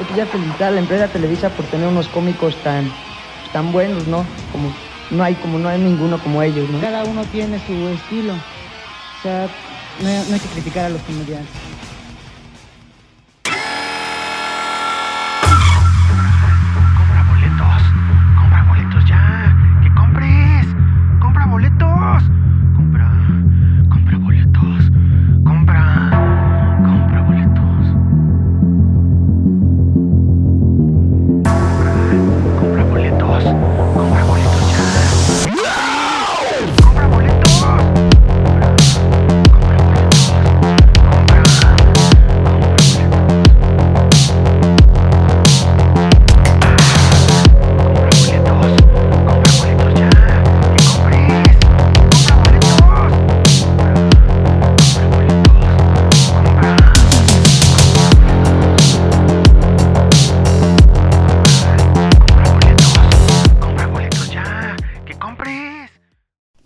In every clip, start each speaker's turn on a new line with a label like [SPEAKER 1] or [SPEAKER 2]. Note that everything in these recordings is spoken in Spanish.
[SPEAKER 1] Yo quisiera pues felicitar a la empresa Televisa por tener unos cómicos tan, tan buenos, ¿no? Como no hay como no hay ninguno como ellos, ¿no?
[SPEAKER 2] Cada uno tiene su estilo. O sea, no, hay- no hay que criticar a los comediantes.
[SPEAKER 3] Compra boletos. Compra boletos ya. Que compres. Compra boletos. Compra. Compra boletos. Compra. Compra boletos. Compra. Compra boletos. Compra boletos ya. Compra boletos. Compra boletos. Compra. Compra boletos. Compra boletos, compra boletos ya, que compres, compra boletos, compra boletos, compra, compra boletos, compra boletos ya, que compres.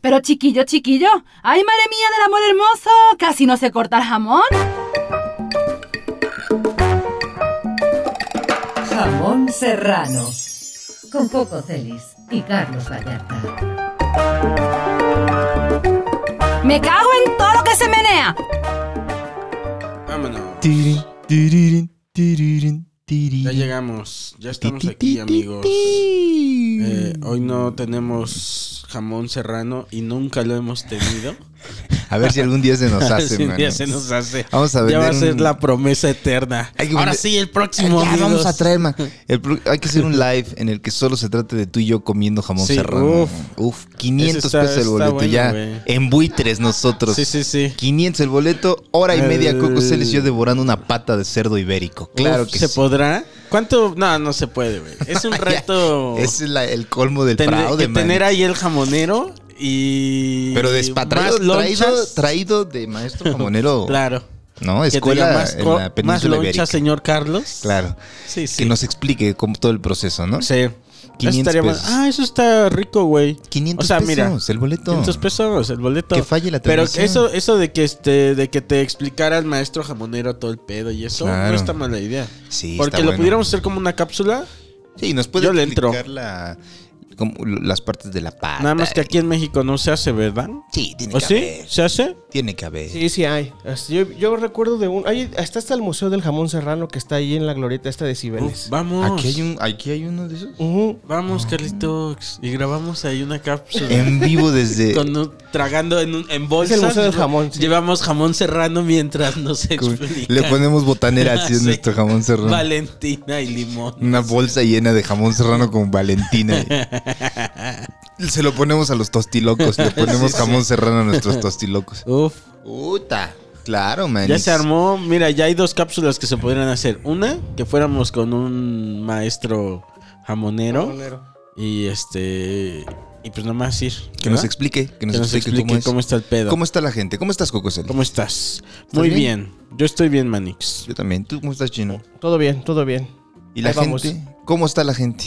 [SPEAKER 4] Pero chiquillo, chiquillo, ¡ay, madre mía del amor hermoso! Casi no se corta el jamón.
[SPEAKER 5] Jamón Serrano. Con Coco Celis y Carlos Vallarta.
[SPEAKER 4] Me cago en todo lo que se menea.
[SPEAKER 6] Vámonos.
[SPEAKER 7] Tiririn, tiririn, tiririn,
[SPEAKER 6] Ya
[SPEAKER 7] tiririn.
[SPEAKER 6] llegamos, ya estamos
[SPEAKER 7] Ti, ti,
[SPEAKER 6] aquí,
[SPEAKER 7] ti, ti,
[SPEAKER 6] amigos.
[SPEAKER 7] ti.
[SPEAKER 6] Eh, hoy no tenemos jamón serrano y nunca lo hemos tenido.
[SPEAKER 7] A ver si algún día se nos hace,
[SPEAKER 6] Así un día
[SPEAKER 7] mano.
[SPEAKER 6] se nos hace.
[SPEAKER 7] Vamos a
[SPEAKER 6] ya va a
[SPEAKER 7] vender
[SPEAKER 6] ser
[SPEAKER 7] un-
[SPEAKER 6] la promesa eterna.
[SPEAKER 7] Hay que
[SPEAKER 6] Ahora
[SPEAKER 7] vender-
[SPEAKER 6] sí, el
[SPEAKER 7] Ya,
[SPEAKER 6] próximo. amigos.
[SPEAKER 7] vamos a traer, man. El pro- hay que hacer un live en el que solo se trate de tú y yo comiendo jamón
[SPEAKER 6] Sí,
[SPEAKER 7] serrano.
[SPEAKER 6] uf.
[SPEAKER 7] Uf, 500
[SPEAKER 6] Ese está-
[SPEAKER 7] pesos el
[SPEAKER 6] está
[SPEAKER 7] boleto
[SPEAKER 6] bueno,
[SPEAKER 7] ya.
[SPEAKER 6] güey.
[SPEAKER 7] En buitres nosotros.
[SPEAKER 6] Sí, sí, sí.
[SPEAKER 7] 500 el boleto, hora y media
[SPEAKER 6] El-
[SPEAKER 7] Coco Celis y yo devorando una pata de cerdo ibérico. Claro
[SPEAKER 6] Uf,
[SPEAKER 7] que
[SPEAKER 6] ¿Se
[SPEAKER 7] sí.
[SPEAKER 6] podrá? ¿Cuánto? No, no se puede, güey. Es un
[SPEAKER 7] Ya,
[SPEAKER 6] reto.
[SPEAKER 7] Ese es la- el colmo del
[SPEAKER 6] tener,
[SPEAKER 7] fraude,
[SPEAKER 6] que
[SPEAKER 7] man.
[SPEAKER 6] tener ahí el jamonero y.
[SPEAKER 7] Pero despa- traído,
[SPEAKER 6] más lonchas.
[SPEAKER 7] traído, traído de maestro jamonero.
[SPEAKER 6] Claro.
[SPEAKER 7] ¿No?
[SPEAKER 6] Que tenga
[SPEAKER 7] Escuela
[SPEAKER 6] más,
[SPEAKER 7] en
[SPEAKER 6] co-
[SPEAKER 7] la
[SPEAKER 6] más
[SPEAKER 7] península
[SPEAKER 6] loncha,
[SPEAKER 7] ibérica.
[SPEAKER 6] señor Carlos.
[SPEAKER 7] Claro.
[SPEAKER 6] Sí, sí.
[SPEAKER 7] Que nos explique cómo todo el proceso, ¿no?
[SPEAKER 6] Sí. Eso
[SPEAKER 7] 500
[SPEAKER 6] estaría bueno.
[SPEAKER 7] pesos.
[SPEAKER 6] Ah, eso está rico, güey.
[SPEAKER 7] 500
[SPEAKER 6] o sea,
[SPEAKER 7] pesos
[SPEAKER 6] mira,
[SPEAKER 7] el boleto.
[SPEAKER 6] 500 pesos el boleto.
[SPEAKER 7] Que falle la
[SPEAKER 6] Pero
[SPEAKER 7] transmisión.
[SPEAKER 6] eso, eso de que este, de que te explicara el maestro jamonero todo el pedo y eso,
[SPEAKER 7] Claro.
[SPEAKER 6] no está mala idea.
[SPEAKER 7] Sí,
[SPEAKER 6] Porque
[SPEAKER 7] está
[SPEAKER 6] lo
[SPEAKER 7] bueno.
[SPEAKER 6] pudiéramos hacer como una cápsula,
[SPEAKER 7] Sí, nos puede
[SPEAKER 6] Yo le
[SPEAKER 7] explicar
[SPEAKER 6] entro.
[SPEAKER 7] la- como lo- las partes de la pata.
[SPEAKER 6] nada más que aquí en México no se hace, ¿verdad?
[SPEAKER 7] Sí, tiene
[SPEAKER 6] ¿O
[SPEAKER 7] que
[SPEAKER 6] sí?
[SPEAKER 7] haber.
[SPEAKER 6] ¿Se hace?
[SPEAKER 7] Tiene que haber.
[SPEAKER 8] Sí, sí hay. Este, Yo, yo recuerdo de un... Ahí está hasta el Museo del Jamón Serrano que está ahí en la glorieta esta de Cibeles.
[SPEAKER 6] Uf, vamos.
[SPEAKER 7] Aquí hay, un, aquí hay uno de esos.
[SPEAKER 8] Ujú.
[SPEAKER 6] Vamos, Carlitos. Y grabamos ahí una cápsula.
[SPEAKER 7] En vivo desde.
[SPEAKER 6] Con un- tragando en, un, en bolsas.
[SPEAKER 8] Es el museo del jamón, sí.
[SPEAKER 6] Llevamos jamón serrano mientras nos explica.
[SPEAKER 7] le ponemos botanera así en
[SPEAKER 6] Sí.
[SPEAKER 7] nuestro jamón serrano.
[SPEAKER 6] Valentina y limón.
[SPEAKER 7] Una bolsa llena de jamón serrano con Valentina. Se lo ponemos a los tostilocos. Le ponemos
[SPEAKER 6] Sí, sí.
[SPEAKER 7] jamón serrano a nuestros tostilocos.
[SPEAKER 6] Uf.
[SPEAKER 7] Puta. Claro, man.
[SPEAKER 6] Ya se armó. Mira, ya hay dos cápsulas que se podrían hacer. Una, que fuéramos con un maestro jamonero.
[SPEAKER 8] Jamonero.
[SPEAKER 6] Y este. Y pues nomás ir.
[SPEAKER 7] Que nos
[SPEAKER 6] ¿verdad?
[SPEAKER 7] explique. Que nos,
[SPEAKER 6] Que nos
[SPEAKER 7] explique,
[SPEAKER 6] explique
[SPEAKER 7] cómo, es.
[SPEAKER 6] cómo está el pedo.
[SPEAKER 7] ¿Cómo está la gente? ¿Cómo estás, Coco Celis?
[SPEAKER 6] ¿Cómo estás? Muy bien? Yo estoy bien, Manix.
[SPEAKER 7] Yo también. ¿Tú cómo estás, Chino?
[SPEAKER 8] Todo bien, todo bien.
[SPEAKER 7] ¿Y la
[SPEAKER 8] Ahí vamos.
[SPEAKER 7] gente? ¿Cómo está la gente?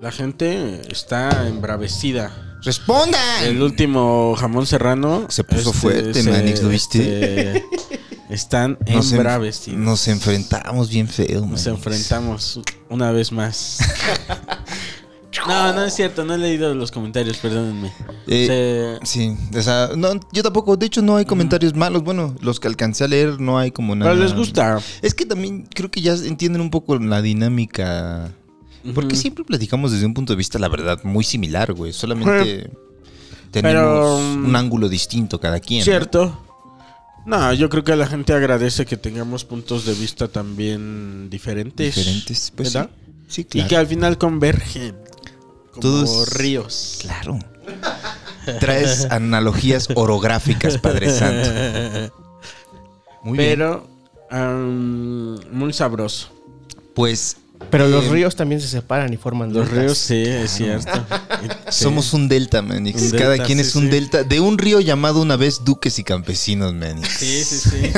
[SPEAKER 6] La gente está embravecida.
[SPEAKER 7] ¡Respondan!
[SPEAKER 6] El último jamón serrano.
[SPEAKER 7] Se puso fuerte, Manix, ¿lo viste?
[SPEAKER 6] este, están
[SPEAKER 7] Nos, en-
[SPEAKER 6] embravecidos.
[SPEAKER 7] nos enfrentamos bien feo, man.
[SPEAKER 6] Nos enfrentamos una vez más. No, no es cierto, no he leído los comentarios, perdónenme.
[SPEAKER 7] Eh,
[SPEAKER 6] Se-
[SPEAKER 7] Sí, o sea, no, yo tampoco. De hecho, no hay comentarios malos. Bueno, los que alcancé a leer no hay como nada.
[SPEAKER 6] pero les gusta.
[SPEAKER 7] Es que también creo que ya entienden un poco la dinámica. Porque
[SPEAKER 6] Ujú.
[SPEAKER 7] siempre platicamos desde un punto de vista, la verdad, muy similar, güey. Solamente tenemos
[SPEAKER 6] Eh, Pero, mm,
[SPEAKER 7] un ángulo distinto cada quien. ¿no?
[SPEAKER 6] Cierto. No, yo creo que la gente agradece que tengamos puntos de vista también diferentes.
[SPEAKER 7] Diferentes. Pues sí.
[SPEAKER 6] ¿verdad?
[SPEAKER 7] Sí,
[SPEAKER 6] Y que
[SPEAKER 7] claro.
[SPEAKER 6] al final convergen. Como
[SPEAKER 7] Todos-
[SPEAKER 6] ríos.
[SPEAKER 7] Claro. Traes analogías orográficas, Padre Santo. Muy bien.
[SPEAKER 6] Pero am, muy sabroso.
[SPEAKER 7] Pues
[SPEAKER 8] Pero los
[SPEAKER 7] Eh,
[SPEAKER 8] ríos también se separan y forman
[SPEAKER 6] Los
[SPEAKER 8] deltas.
[SPEAKER 6] ríos, sí, es cierto. Sí.
[SPEAKER 7] Somos un delta, Manix.
[SPEAKER 6] Un
[SPEAKER 7] Cada
[SPEAKER 6] delta,
[SPEAKER 7] quien
[SPEAKER 6] sí,
[SPEAKER 7] es un
[SPEAKER 6] sí.
[SPEAKER 7] delta de un río llamado una vez Duques y Campesinos, Manix.
[SPEAKER 6] Sí, sí, sí.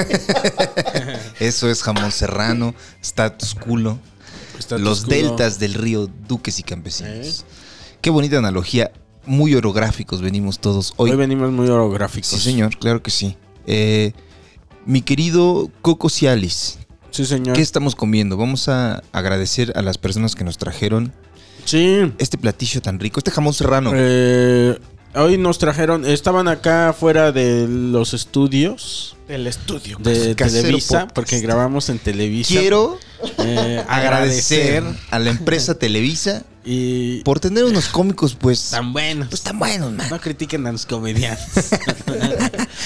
[SPEAKER 7] Eso es jamón serrano, status culo.
[SPEAKER 6] Status
[SPEAKER 7] los
[SPEAKER 6] quo.
[SPEAKER 7] deltas del río Duques y
[SPEAKER 6] ¿Eh?
[SPEAKER 7] Campesinos. Qué bonita analogía. Muy orográficos venimos todos hoy.
[SPEAKER 6] Hoy, venimos muy orográficos.
[SPEAKER 7] sí, señor, claro que sí. Eh, mi querido Coco Cialis,
[SPEAKER 6] Sí, señor.
[SPEAKER 7] ¿Qué estamos comiendo? Vamos a agradecer a las personas que nos trajeron
[SPEAKER 6] Sí.
[SPEAKER 7] este platillo tan rico, este jamón serrano.
[SPEAKER 6] Eh, hoy nos trajeron, estaban acá afuera de los estudios
[SPEAKER 8] El estudio.
[SPEAKER 6] de
[SPEAKER 7] Casero
[SPEAKER 6] Televisa,
[SPEAKER 7] Podcast.
[SPEAKER 6] porque grabamos en Televisa.
[SPEAKER 7] Quiero
[SPEAKER 6] eh,
[SPEAKER 7] agradecer a la empresa Televisa
[SPEAKER 6] y
[SPEAKER 7] por tener unos cómicos, pues,
[SPEAKER 6] tan buenos.
[SPEAKER 7] pues tan buenos, man.
[SPEAKER 6] No critiquen a los comediantes.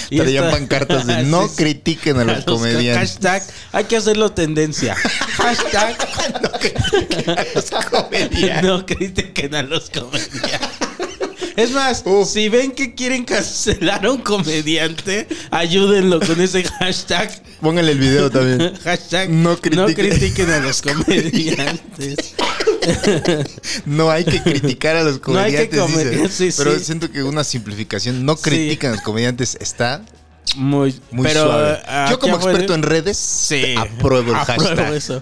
[SPEAKER 6] Y
[SPEAKER 7] Traían
[SPEAKER 6] esta-
[SPEAKER 7] pancartas de no
[SPEAKER 6] Sí, sí.
[SPEAKER 7] critiquen a
[SPEAKER 6] A
[SPEAKER 7] los
[SPEAKER 6] los
[SPEAKER 7] comediantes.
[SPEAKER 6] Hashtag, hay que hacerlo tendencia. Hashtag,
[SPEAKER 7] No critiquen a los comediantes.
[SPEAKER 6] no critiquen a los comediantes. Es más,
[SPEAKER 7] Uf.
[SPEAKER 6] si ven que quieren cancelar a un comediante, ayúdenlo con ese hashtag.
[SPEAKER 7] Pónganle el video también.
[SPEAKER 6] Hashtag,
[SPEAKER 7] No critiquen-
[SPEAKER 6] critiquen a los comediantes.
[SPEAKER 7] No hay que criticar a los
[SPEAKER 6] No hay que
[SPEAKER 7] comediantes. dice.
[SPEAKER 6] comer- sí,
[SPEAKER 7] Pero
[SPEAKER 6] sí.
[SPEAKER 7] siento que una simplificación, no critican a los comediantes, está
[SPEAKER 6] Muy,
[SPEAKER 7] muy
[SPEAKER 6] pero,
[SPEAKER 7] suave.
[SPEAKER 6] ah,
[SPEAKER 7] Yo como
[SPEAKER 6] aquí afuera-
[SPEAKER 7] experto en redes,
[SPEAKER 6] Sí.
[SPEAKER 7] apruebo el
[SPEAKER 6] Apruebo este
[SPEAKER 7] hashtag.
[SPEAKER 6] eso.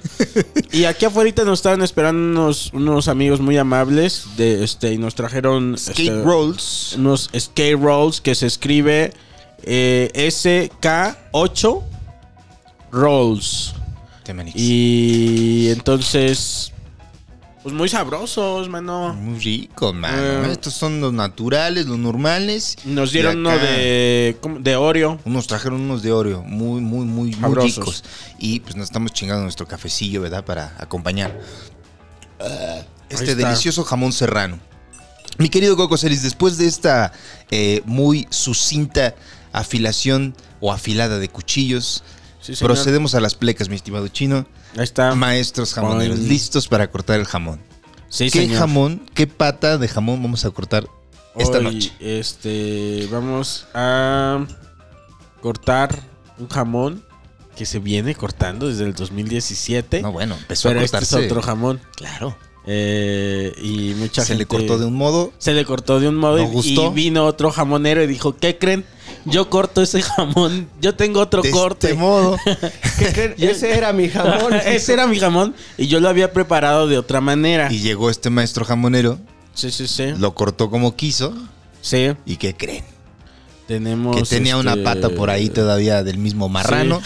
[SPEAKER 6] Y aquí afuera nos estaban esperando unos, unos amigos muy amables de este y nos trajeron
[SPEAKER 7] Skate
[SPEAKER 6] este,
[SPEAKER 7] rolls.
[SPEAKER 6] unos skate rolls que se escribe eh, SK8 rolls.
[SPEAKER 7] Temenix.
[SPEAKER 6] Y entonces pues muy sabrosos, mano.
[SPEAKER 7] Muy rico, mano.
[SPEAKER 6] Eh.
[SPEAKER 7] Estos son los naturales, los normales.
[SPEAKER 6] Nos
[SPEAKER 7] Y
[SPEAKER 6] dieron uno
[SPEAKER 7] acá
[SPEAKER 6] de ¿cómo? de Oreo.
[SPEAKER 7] Unos trajeron unos de Oreo, muy, muy, muy, muy
[SPEAKER 6] Sabrosos.
[SPEAKER 7] ricos. Y pues nos estamos chingando nuestro cafecillo, ¿verdad? Para acompañar ah, este
[SPEAKER 6] está.
[SPEAKER 7] delicioso jamón serrano. Mi querido Coco Celis, después de esta eh, muy sucinta afilación o afilada de cuchillos,
[SPEAKER 6] Sí, señor.
[SPEAKER 7] procedemos a las plecas, mi estimado chino.
[SPEAKER 6] Ahí está.
[SPEAKER 7] Maestros jamoneros,
[SPEAKER 6] Ay.
[SPEAKER 7] listos para cortar el jamón.
[SPEAKER 6] Sí,
[SPEAKER 7] ¿Qué
[SPEAKER 6] señor.
[SPEAKER 7] jamón, qué pata de jamón vamos a cortar esta
[SPEAKER 6] Hoy,
[SPEAKER 7] noche?
[SPEAKER 6] Este, vamos a cortar un jamón que se viene cortando desde el 2017.
[SPEAKER 7] No, bueno, empezó
[SPEAKER 6] pero
[SPEAKER 7] a
[SPEAKER 6] este es
[SPEAKER 7] cortarse.
[SPEAKER 6] otro jamón.
[SPEAKER 7] Claro.
[SPEAKER 6] Eh, y mucha
[SPEAKER 7] se
[SPEAKER 6] gente-
[SPEAKER 7] le cortó de un modo.
[SPEAKER 6] Se le cortó de un modo
[SPEAKER 7] ¿No
[SPEAKER 6] y- y
[SPEAKER 7] gustó?
[SPEAKER 6] vino otro jamonero y dijo, ¿qué creen? Yo corto ese jamón, yo tengo otro
[SPEAKER 7] De
[SPEAKER 6] corte.
[SPEAKER 7] este modo.
[SPEAKER 8] ¿Qué creen?
[SPEAKER 6] Yo-
[SPEAKER 8] Ese era mi jamón.
[SPEAKER 6] ese era mi jamón y yo lo había preparado de otra manera.
[SPEAKER 7] Y llegó este maestro jamonero,
[SPEAKER 6] sí, sí, sí.
[SPEAKER 7] lo cortó como quiso.
[SPEAKER 6] Sí,
[SPEAKER 7] ¿Y qué creen?
[SPEAKER 6] tenemos...
[SPEAKER 7] Que tenía una
[SPEAKER 6] este,
[SPEAKER 7] pata por ahí todavía del mismo marrano.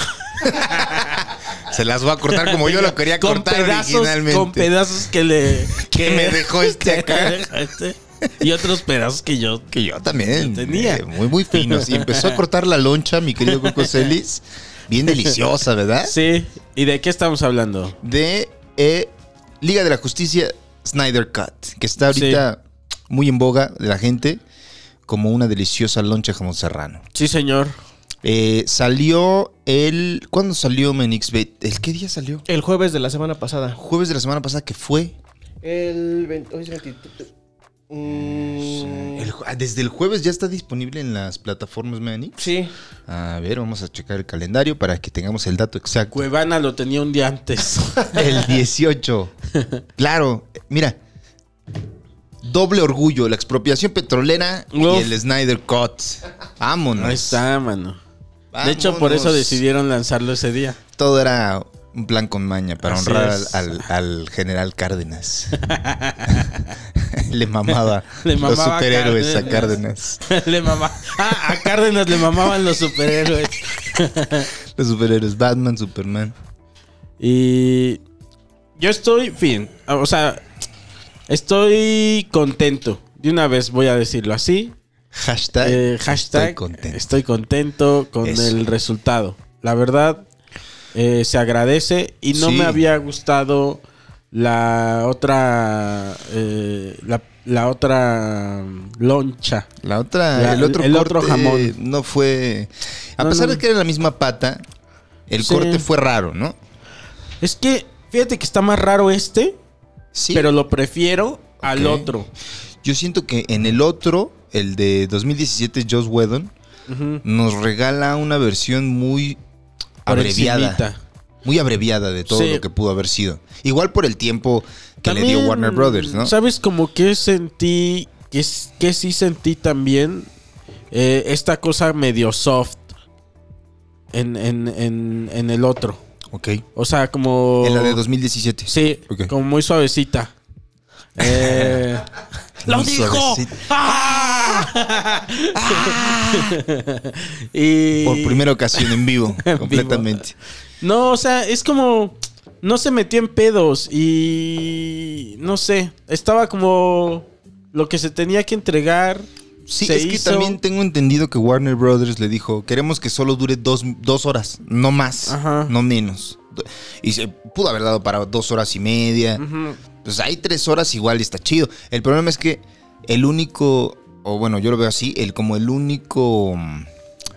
[SPEAKER 7] se las va a cortar como yo lo quería
[SPEAKER 6] con
[SPEAKER 7] cortar
[SPEAKER 6] pedazos,
[SPEAKER 7] originalmente.
[SPEAKER 6] Con pedazos que le.
[SPEAKER 7] Que me dejó este acá.
[SPEAKER 6] Este. Y otros pedazos que yo.
[SPEAKER 7] que yo también.
[SPEAKER 6] Yo tenía.
[SPEAKER 7] eh, muy, muy finos. Y empezó a cortar la loncha, mi querido Coco Celis. Bien deliciosa, ¿verdad?
[SPEAKER 6] Sí. ¿Y de qué estamos hablando?
[SPEAKER 7] de eh, Liga de la Justicia Snyder Cut, que está ahorita muy en boga de la gente como una deliciosa loncha de jamón serrano.
[SPEAKER 6] Sí, señor.
[SPEAKER 7] Eh, salió el... ¿Cuándo salió Menix? Ve- ¿El qué día salió?
[SPEAKER 8] El jueves de la semana pasada.
[SPEAKER 7] Jueves de la semana pasada que fue.
[SPEAKER 8] El 20, hoy es 23. Mm,
[SPEAKER 7] El ju- ah, desde el jueves ya está disponible en las plataformas Menix.
[SPEAKER 8] sí.
[SPEAKER 7] A ver, vamos a checar el calendario para que tengamos el dato exacto.
[SPEAKER 6] Cuevana lo tenía un día antes.
[SPEAKER 7] El 18. Claro, mira. Doble orgullo, la expropiación petrolera
[SPEAKER 6] Uf.
[SPEAKER 7] y el Snyder Cut. Vámonos.
[SPEAKER 6] Ahí está, mano. De hecho, por eso
[SPEAKER 7] Vámonos.
[SPEAKER 6] decidieron lanzarlo ese día.
[SPEAKER 7] Todo era un plan con maña para
[SPEAKER 6] Así
[SPEAKER 7] honrar
[SPEAKER 6] es.
[SPEAKER 7] al, al general Cárdenas. Le mamaba,
[SPEAKER 6] Le
[SPEAKER 7] los
[SPEAKER 6] mamaba a
[SPEAKER 7] superhéroes a
[SPEAKER 6] Cárdenas.
[SPEAKER 7] Cárdenas.
[SPEAKER 6] le mama- Ah, a Cárdenas le mamaban los superhéroes.
[SPEAKER 7] Los superhéroes, Batman, Superman.
[SPEAKER 6] Y yo estoy, fin, o sea, estoy contento. De una vez voy a decirlo así.
[SPEAKER 7] Hashtag.
[SPEAKER 6] Eh, hashtag
[SPEAKER 7] estoy contento.
[SPEAKER 6] estoy contento con
[SPEAKER 7] Eso.
[SPEAKER 6] el resultado. La verdad, eh, se agradece y no
[SPEAKER 7] Sí.
[SPEAKER 6] me había gustado la otra, eh, la, la otra mm, loncha.
[SPEAKER 7] La otra,
[SPEAKER 6] La-
[SPEAKER 7] el otro
[SPEAKER 6] el
[SPEAKER 7] corte
[SPEAKER 6] otro jamón.
[SPEAKER 7] no fue. A
[SPEAKER 6] No,
[SPEAKER 7] pesar
[SPEAKER 6] no.
[SPEAKER 7] de que era la misma pata, el
[SPEAKER 6] Sí.
[SPEAKER 7] corte fue raro, ¿no?
[SPEAKER 6] Es que, fíjate que está más raro este,
[SPEAKER 7] Sí.
[SPEAKER 6] pero lo prefiero al
[SPEAKER 7] Ok.
[SPEAKER 6] otro.
[SPEAKER 7] Yo siento que en el otro, el de 2017, Joss Whedon,
[SPEAKER 6] Ujú.
[SPEAKER 7] nos regala una versión muy
[SPEAKER 6] Por
[SPEAKER 7] abreviada.
[SPEAKER 6] encimita.
[SPEAKER 7] Muy abreviada de todo
[SPEAKER 6] Sí.
[SPEAKER 7] lo que pudo haber sido. Igual por el tiempo que le
[SPEAKER 6] También,
[SPEAKER 7] dio Warner Brothers, ¿no?
[SPEAKER 6] ¿Sabes como que sentí? Que, s- que sí sentí también eh, esta cosa medio soft en, en- en- en el otro.
[SPEAKER 7] Ok.
[SPEAKER 6] O sea, como...
[SPEAKER 7] En la de 2017.
[SPEAKER 6] Sí,
[SPEAKER 7] Ok.
[SPEAKER 6] como muy suavecita. Eh, ¡Lo
[SPEAKER 7] Muy
[SPEAKER 6] dijo!
[SPEAKER 7] suavecita.
[SPEAKER 6] ¡Ah! y,
[SPEAKER 7] Por primera ocasión en vivo,
[SPEAKER 6] En vivo.
[SPEAKER 7] completamente.
[SPEAKER 6] No, o sea, es como. No se metió en pedos y. No sé. Estaba como. Lo que se tenía que entregar.
[SPEAKER 7] Sí,
[SPEAKER 6] se
[SPEAKER 7] es que
[SPEAKER 6] hizo.
[SPEAKER 7] también tengo entendido que Warner Brothers le dijo, queremos que solo dure dos, dos horas, no más,
[SPEAKER 6] Ajá.
[SPEAKER 7] no menos. Y se pudo haber dado para dos horas y media.
[SPEAKER 6] Ujú.
[SPEAKER 7] Pues hay tres horas igual y está chido. El problema es que el único, o bueno, yo lo veo así, el como el único mm,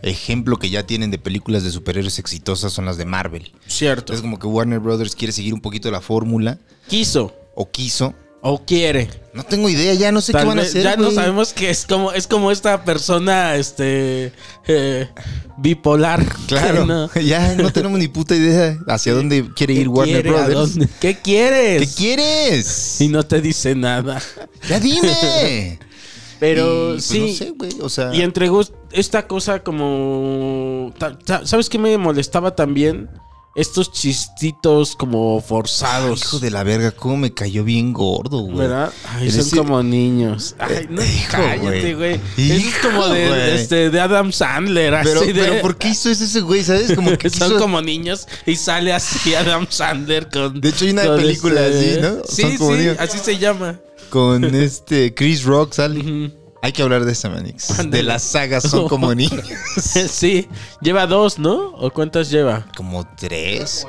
[SPEAKER 7] ejemplo que ya tienen de películas de superhéroes exitosas son las de Marvel.
[SPEAKER 6] Cierto.
[SPEAKER 7] Entonces como que Warner Brothers quiere seguir un poquito la fórmula,
[SPEAKER 6] Quiso.
[SPEAKER 7] o quiso.
[SPEAKER 6] O quiere.
[SPEAKER 7] No tengo idea, ya no sé
[SPEAKER 6] Tal
[SPEAKER 7] qué van a
[SPEAKER 6] vez-
[SPEAKER 7] hacer.
[SPEAKER 6] ya no
[SPEAKER 7] güey.
[SPEAKER 6] sabemos que es como, es como esta persona este eh, bipolar.
[SPEAKER 7] Claro,
[SPEAKER 6] Que no-
[SPEAKER 7] ya no tenemos ni puta idea hacia dónde quiere
[SPEAKER 6] ¿Qué
[SPEAKER 7] ir Warner
[SPEAKER 6] quiere? ¿A
[SPEAKER 7] Brothers.
[SPEAKER 6] dónde? ¿Qué quieres?
[SPEAKER 7] ¿Qué quieres?
[SPEAKER 6] Y no te dice nada.
[SPEAKER 7] Ya dime.
[SPEAKER 6] Pero
[SPEAKER 7] Y, pues,
[SPEAKER 6] sí.
[SPEAKER 7] No sé, güey. O sea.
[SPEAKER 6] Y entregó esta cosa como... ta- ta- ¿Sabes qué me molestaba también? Estos chistitos como
[SPEAKER 7] ah,
[SPEAKER 6] forzados.
[SPEAKER 7] hijo de la verga, cómo me cayó bien gordo, güey.
[SPEAKER 6] ¿Verdad? Ay,
[SPEAKER 7] Es
[SPEAKER 6] son
[SPEAKER 7] decir-
[SPEAKER 6] como niños. Ay, no,
[SPEAKER 7] hijo,
[SPEAKER 6] cállate, güey.
[SPEAKER 7] güey.
[SPEAKER 6] Eso es como
[SPEAKER 7] Hijo,
[SPEAKER 6] de,
[SPEAKER 7] güey.
[SPEAKER 6] este, de Adam Sandler.
[SPEAKER 7] Pero,
[SPEAKER 6] así de-
[SPEAKER 7] pero ¿por qué hizo eso ese güey? ¿Sabes? Como que
[SPEAKER 6] Son
[SPEAKER 7] quiso-
[SPEAKER 6] como niños y sale así Adam Sandler con...
[SPEAKER 7] De hecho, hay una
[SPEAKER 6] con este
[SPEAKER 7] película así, ¿no?
[SPEAKER 6] Sí,
[SPEAKER 7] Son como
[SPEAKER 6] sí,
[SPEAKER 7] niños.
[SPEAKER 6] así se llama.
[SPEAKER 7] con este Chris Rock sale.
[SPEAKER 6] Ujú.
[SPEAKER 7] Hay que hablar de esa Manix.
[SPEAKER 6] Ándale.
[SPEAKER 7] De las sagas son como niños.
[SPEAKER 6] sí, lleva dos, ¿no? ¿O cuántas lleva?
[SPEAKER 7] como tres.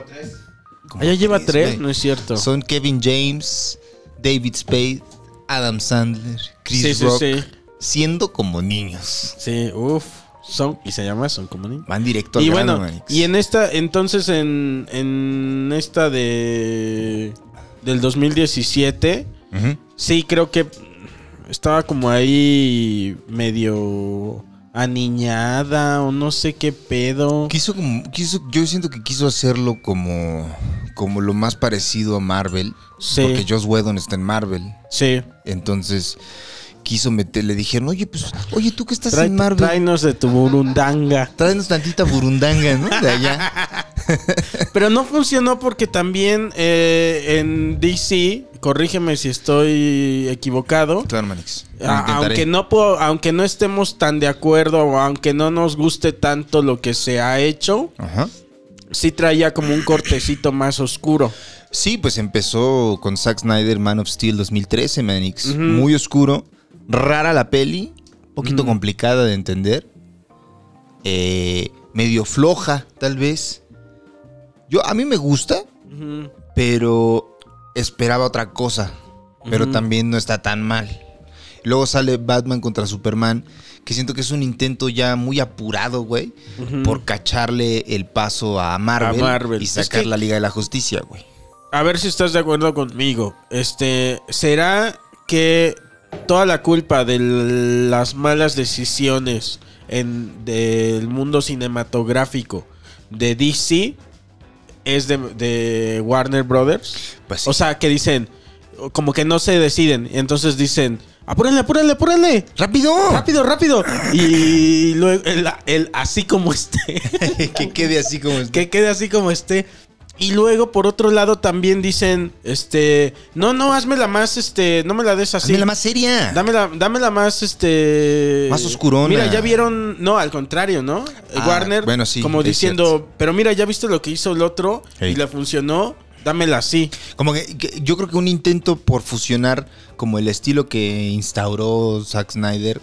[SPEAKER 7] Como
[SPEAKER 6] Ah, ya lleva tres,
[SPEAKER 7] güey.
[SPEAKER 6] no es cierto.
[SPEAKER 7] Son Kevin James, David Spade, Adam Sandler, Chris
[SPEAKER 6] Sí, sí,
[SPEAKER 7] Rock,
[SPEAKER 6] sí.
[SPEAKER 7] siendo como niños.
[SPEAKER 6] Sí, uff. Son, y se llama Son como niños.
[SPEAKER 7] Van directo al
[SPEAKER 6] Y
[SPEAKER 7] grano,
[SPEAKER 6] bueno,
[SPEAKER 7] Manix.
[SPEAKER 6] y en esta, entonces en, en esta de del 2017,
[SPEAKER 7] Ujú.
[SPEAKER 6] sí creo que estaba como ahí medio aniñada o no sé qué pedo.
[SPEAKER 7] Quiso como, quiso, yo siento que quiso hacerlo como, como lo más parecido a Marvel.
[SPEAKER 6] Sí.
[SPEAKER 7] Porque Joss Whedon está en Marvel.
[SPEAKER 6] Sí,
[SPEAKER 7] Entonces, quiso meter, le dijeron, oye, pues, oye, tú que estás
[SPEAKER 6] Trae-
[SPEAKER 7] en Marvel,
[SPEAKER 6] tráenos de tu burundanga.
[SPEAKER 7] tráenos tantita burundanga, ¿no? De allá.
[SPEAKER 6] Pero no funcionó porque también eh, en DC, corrígeme si estoy equivocado,
[SPEAKER 7] Claro, Manix. Lo
[SPEAKER 6] a-
[SPEAKER 7] intentaré.
[SPEAKER 6] Ah, aunque no puedo- aunque no estemos tan de acuerdo o aunque no nos guste tanto lo que se ha hecho,
[SPEAKER 7] Ajá.
[SPEAKER 6] sí traía como un cortecito más oscuro.
[SPEAKER 7] Sí, pues empezó con Zack Snyder, Man of Steel 2013, Manix.
[SPEAKER 6] Ujú.
[SPEAKER 7] Muy oscuro, rara la peli, un poquito complicada de entender, eh, medio floja, tal vez. Yo, a mí me gusta,
[SPEAKER 6] Ujú.
[SPEAKER 7] pero esperaba otra cosa. Pero también no está tan mal. Luego sale Batman contra Superman, que siento que es un intento ya muy apurado, güey, por cacharle el paso a Marvel,
[SPEAKER 6] Marvel.
[SPEAKER 7] y
[SPEAKER 6] Es
[SPEAKER 7] sacar
[SPEAKER 6] que-
[SPEAKER 7] la Liga de la Justicia, güey.
[SPEAKER 6] A ver si estás de acuerdo conmigo. Este, ¿será que toda la culpa de l- las malas decisiones en del mundo cinematográfico de DC es de, de Warner Brothers?
[SPEAKER 7] Pues sí.
[SPEAKER 6] O sea, que dicen como que no se deciden, y entonces dicen, "Apúrenle, apúrenle, apúrenle."
[SPEAKER 7] ¡Rápido!
[SPEAKER 6] Rápido, rápido. Y luego el, el así como esté.
[SPEAKER 7] que quede así como está.
[SPEAKER 6] que quede así como esté. Y luego, por otro lado, también dicen, este, no, no, hazme la más, este, no me la des así.
[SPEAKER 7] Hazme la más seria.
[SPEAKER 6] Dame la, dame la más, este...
[SPEAKER 7] Más oscurona.
[SPEAKER 6] Mira, ya vieron... No, al contrario, ¿no?
[SPEAKER 7] Ah,
[SPEAKER 6] Warner
[SPEAKER 7] bueno, sí,
[SPEAKER 6] como
[SPEAKER 7] es
[SPEAKER 6] diciendo... Pero mira, ya viste lo que hizo el otro
[SPEAKER 7] Hey.
[SPEAKER 6] y le funcionó. Dámela así.
[SPEAKER 7] Como que, que yo creo que un intento por fusionar como el estilo que instauró Zack Snyder.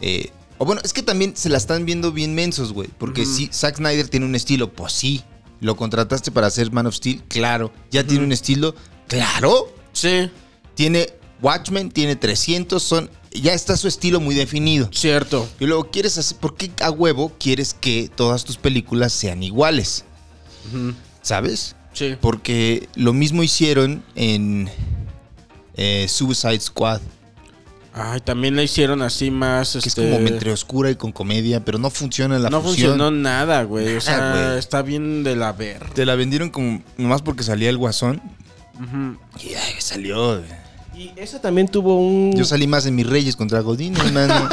[SPEAKER 7] eh, o bueno, es que también se la están viendo bien mensos, güey. Porque si Zack Snyder tiene un estilo, pues sí. Lo contrataste para hacer Man of Steel, claro. Ya tiene un estilo, claro.
[SPEAKER 6] Sí,
[SPEAKER 7] Tiene Watchmen, tiene 300, son... Ya está su estilo muy definido.
[SPEAKER 6] cierto.
[SPEAKER 7] Y luego quieres hacer, ¿por qué a huevo quieres que todas tus películas sean iguales?
[SPEAKER 6] Ujú,
[SPEAKER 7] ¿Sabes?
[SPEAKER 6] Sí.
[SPEAKER 7] Porque lo mismo hicieron en eh, Suicide Squad,
[SPEAKER 6] Ay, también la hicieron así más,
[SPEAKER 7] que
[SPEAKER 6] este...
[SPEAKER 7] es como entre oscura y con comedia, pero no funciona la
[SPEAKER 6] no
[SPEAKER 7] fusión.
[SPEAKER 6] funcionó nada, güey. O sea,
[SPEAKER 7] Nada, güey.
[SPEAKER 6] está bien de la ver.
[SPEAKER 7] Te la vendieron como nomás porque salía el guasón. Y ay, salió. güey.
[SPEAKER 8] Y esa también tuvo un.
[SPEAKER 7] Yo salí más en mis Reyes contra Godín, hermano.